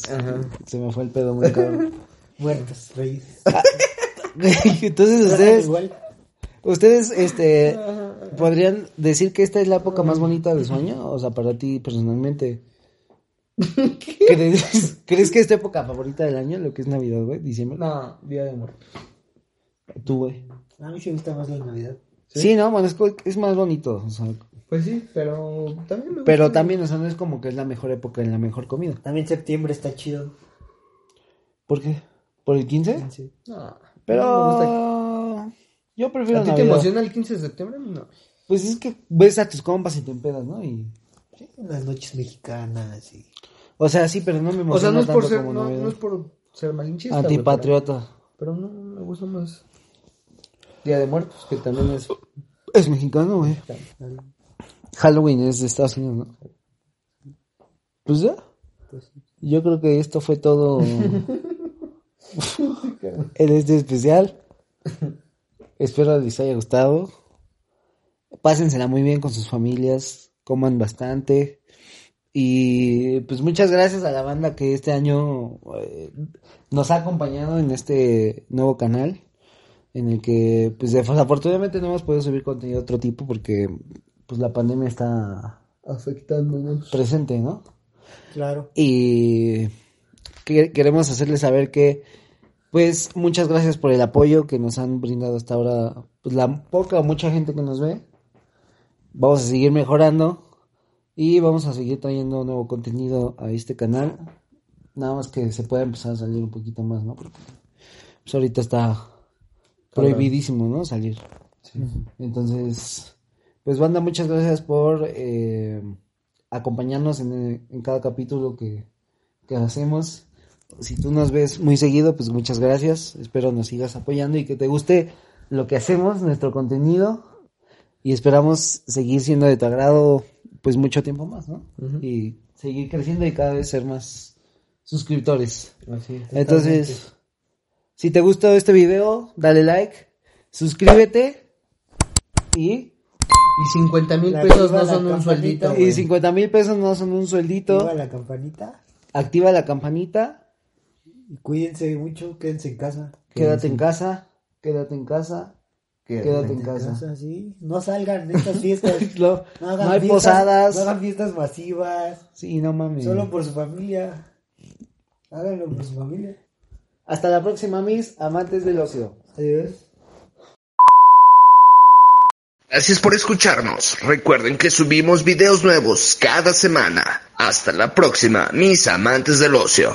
S1: Se me fue el pedo muy cabrón.
S2: Muertos, reyes.
S1: Entonces ustedes,
S2: Igual.
S1: ustedes, este, podrían decir que esta es la época más bonita del sueño, o sea, para ti personalmente. ¿Crees, crees que es tu época favorita del año, lo que es Navidad, güey? Diciembre.
S4: No, Día de Muertos.
S1: Tú, güey.
S2: A mí sí me gusta más la Navidad.
S1: ¿Sí? no, bueno, es, co- es más bonito. o sea,
S4: Pues sí, pero también me gusta.
S1: pero también, o sea, no es como que es la mejor época y la mejor comida.
S2: También septiembre está chido.
S1: ¿Por qué? ¿Por el 15?
S2: Sí.
S4: No,
S1: Pero.
S4: no me gusta.
S1: Yo prefiero
S4: ¿A ti te
S1: Navidad.
S4: emociona el 15 de septiembre? No.
S1: Pues es que ves a tus compas y te empedas, ¿no? Y...
S2: Unas noches mexicanas y...
S1: O sea, sí, pero no me emociona
S4: O sea, no es por
S1: tanto
S4: ser,
S1: como
S4: no,
S1: Navidad.
S4: no es por ser malinchista. güey,
S1: Antipatriota.
S4: Pero, pero no, me gusta más Día de Muertos, que también es...
S1: Es mexicano, güey. Halloween es de Estados Unidos, ¿no? Pues ya. Yo creo que esto fue todo en este especial. Espero les haya gustado. Pásensela muy bien con sus familias. Coman bastante. Y pues muchas gracias a la banda que este año eh, nos ha acompañado en este nuevo canal en el que pues desafortunadamente no hemos podido subir contenido de otro tipo porque pues la pandemia está
S4: Afectándonos.
S1: presente, ¿no?
S2: Claro.
S1: Y que- queremos hacerles saber que pues muchas gracias por el apoyo que nos han brindado hasta ahora pues la poca o mucha gente que nos ve. Vamos a seguir mejorando y vamos a seguir trayendo nuevo contenido a este canal. Nada más que se pueda empezar a salir un poquito más, ¿no? Porque pues ahorita está prohibidísimo, ¿no? Salir. Entonces, pues banda, muchas gracias por eh, acompañarnos en, en cada capítulo que, que hacemos. Si tú nos ves muy seguido, pues muchas gracias. Espero nos sigas apoyando y que te guste lo que hacemos, nuestro contenido. Y esperamos seguir siendo de tu agrado, pues mucho tiempo más, ¿no? Y seguir creciendo y cada vez ser más suscriptores.
S4: Así es.
S1: Entonces, si te gustó este video, dale like, suscríbete y,
S4: Y 50 mil
S2: La
S4: pesos
S2: viva
S4: no
S2: la
S4: son un
S2: campanita,
S4: sueldito,
S2: güey.
S1: y
S4: güey.
S1: 50 mil pesos no son un sueldito.
S2: Activa la campanita.
S1: Activa la campanita,
S2: Y cuídense mucho, quédense en casa.
S1: quédate en casa, quédate en casa, quédate en
S2: Quédense
S1: casa.
S2: sí. No salgan de estas fiestas.
S1: No, no hay
S2: fiestas-
S1: posadas.
S2: No hagan fiestas masivas.
S1: Sí, no mames.
S2: Solo por su familia. Háganlo por su familia.
S1: Hasta la próxima, mis amantes del ocio.
S2: Adiós.
S5: Gracias por escucharnos. Recuerden que subimos videos nuevos cada semana. Hasta la próxima, mis amantes del ocio.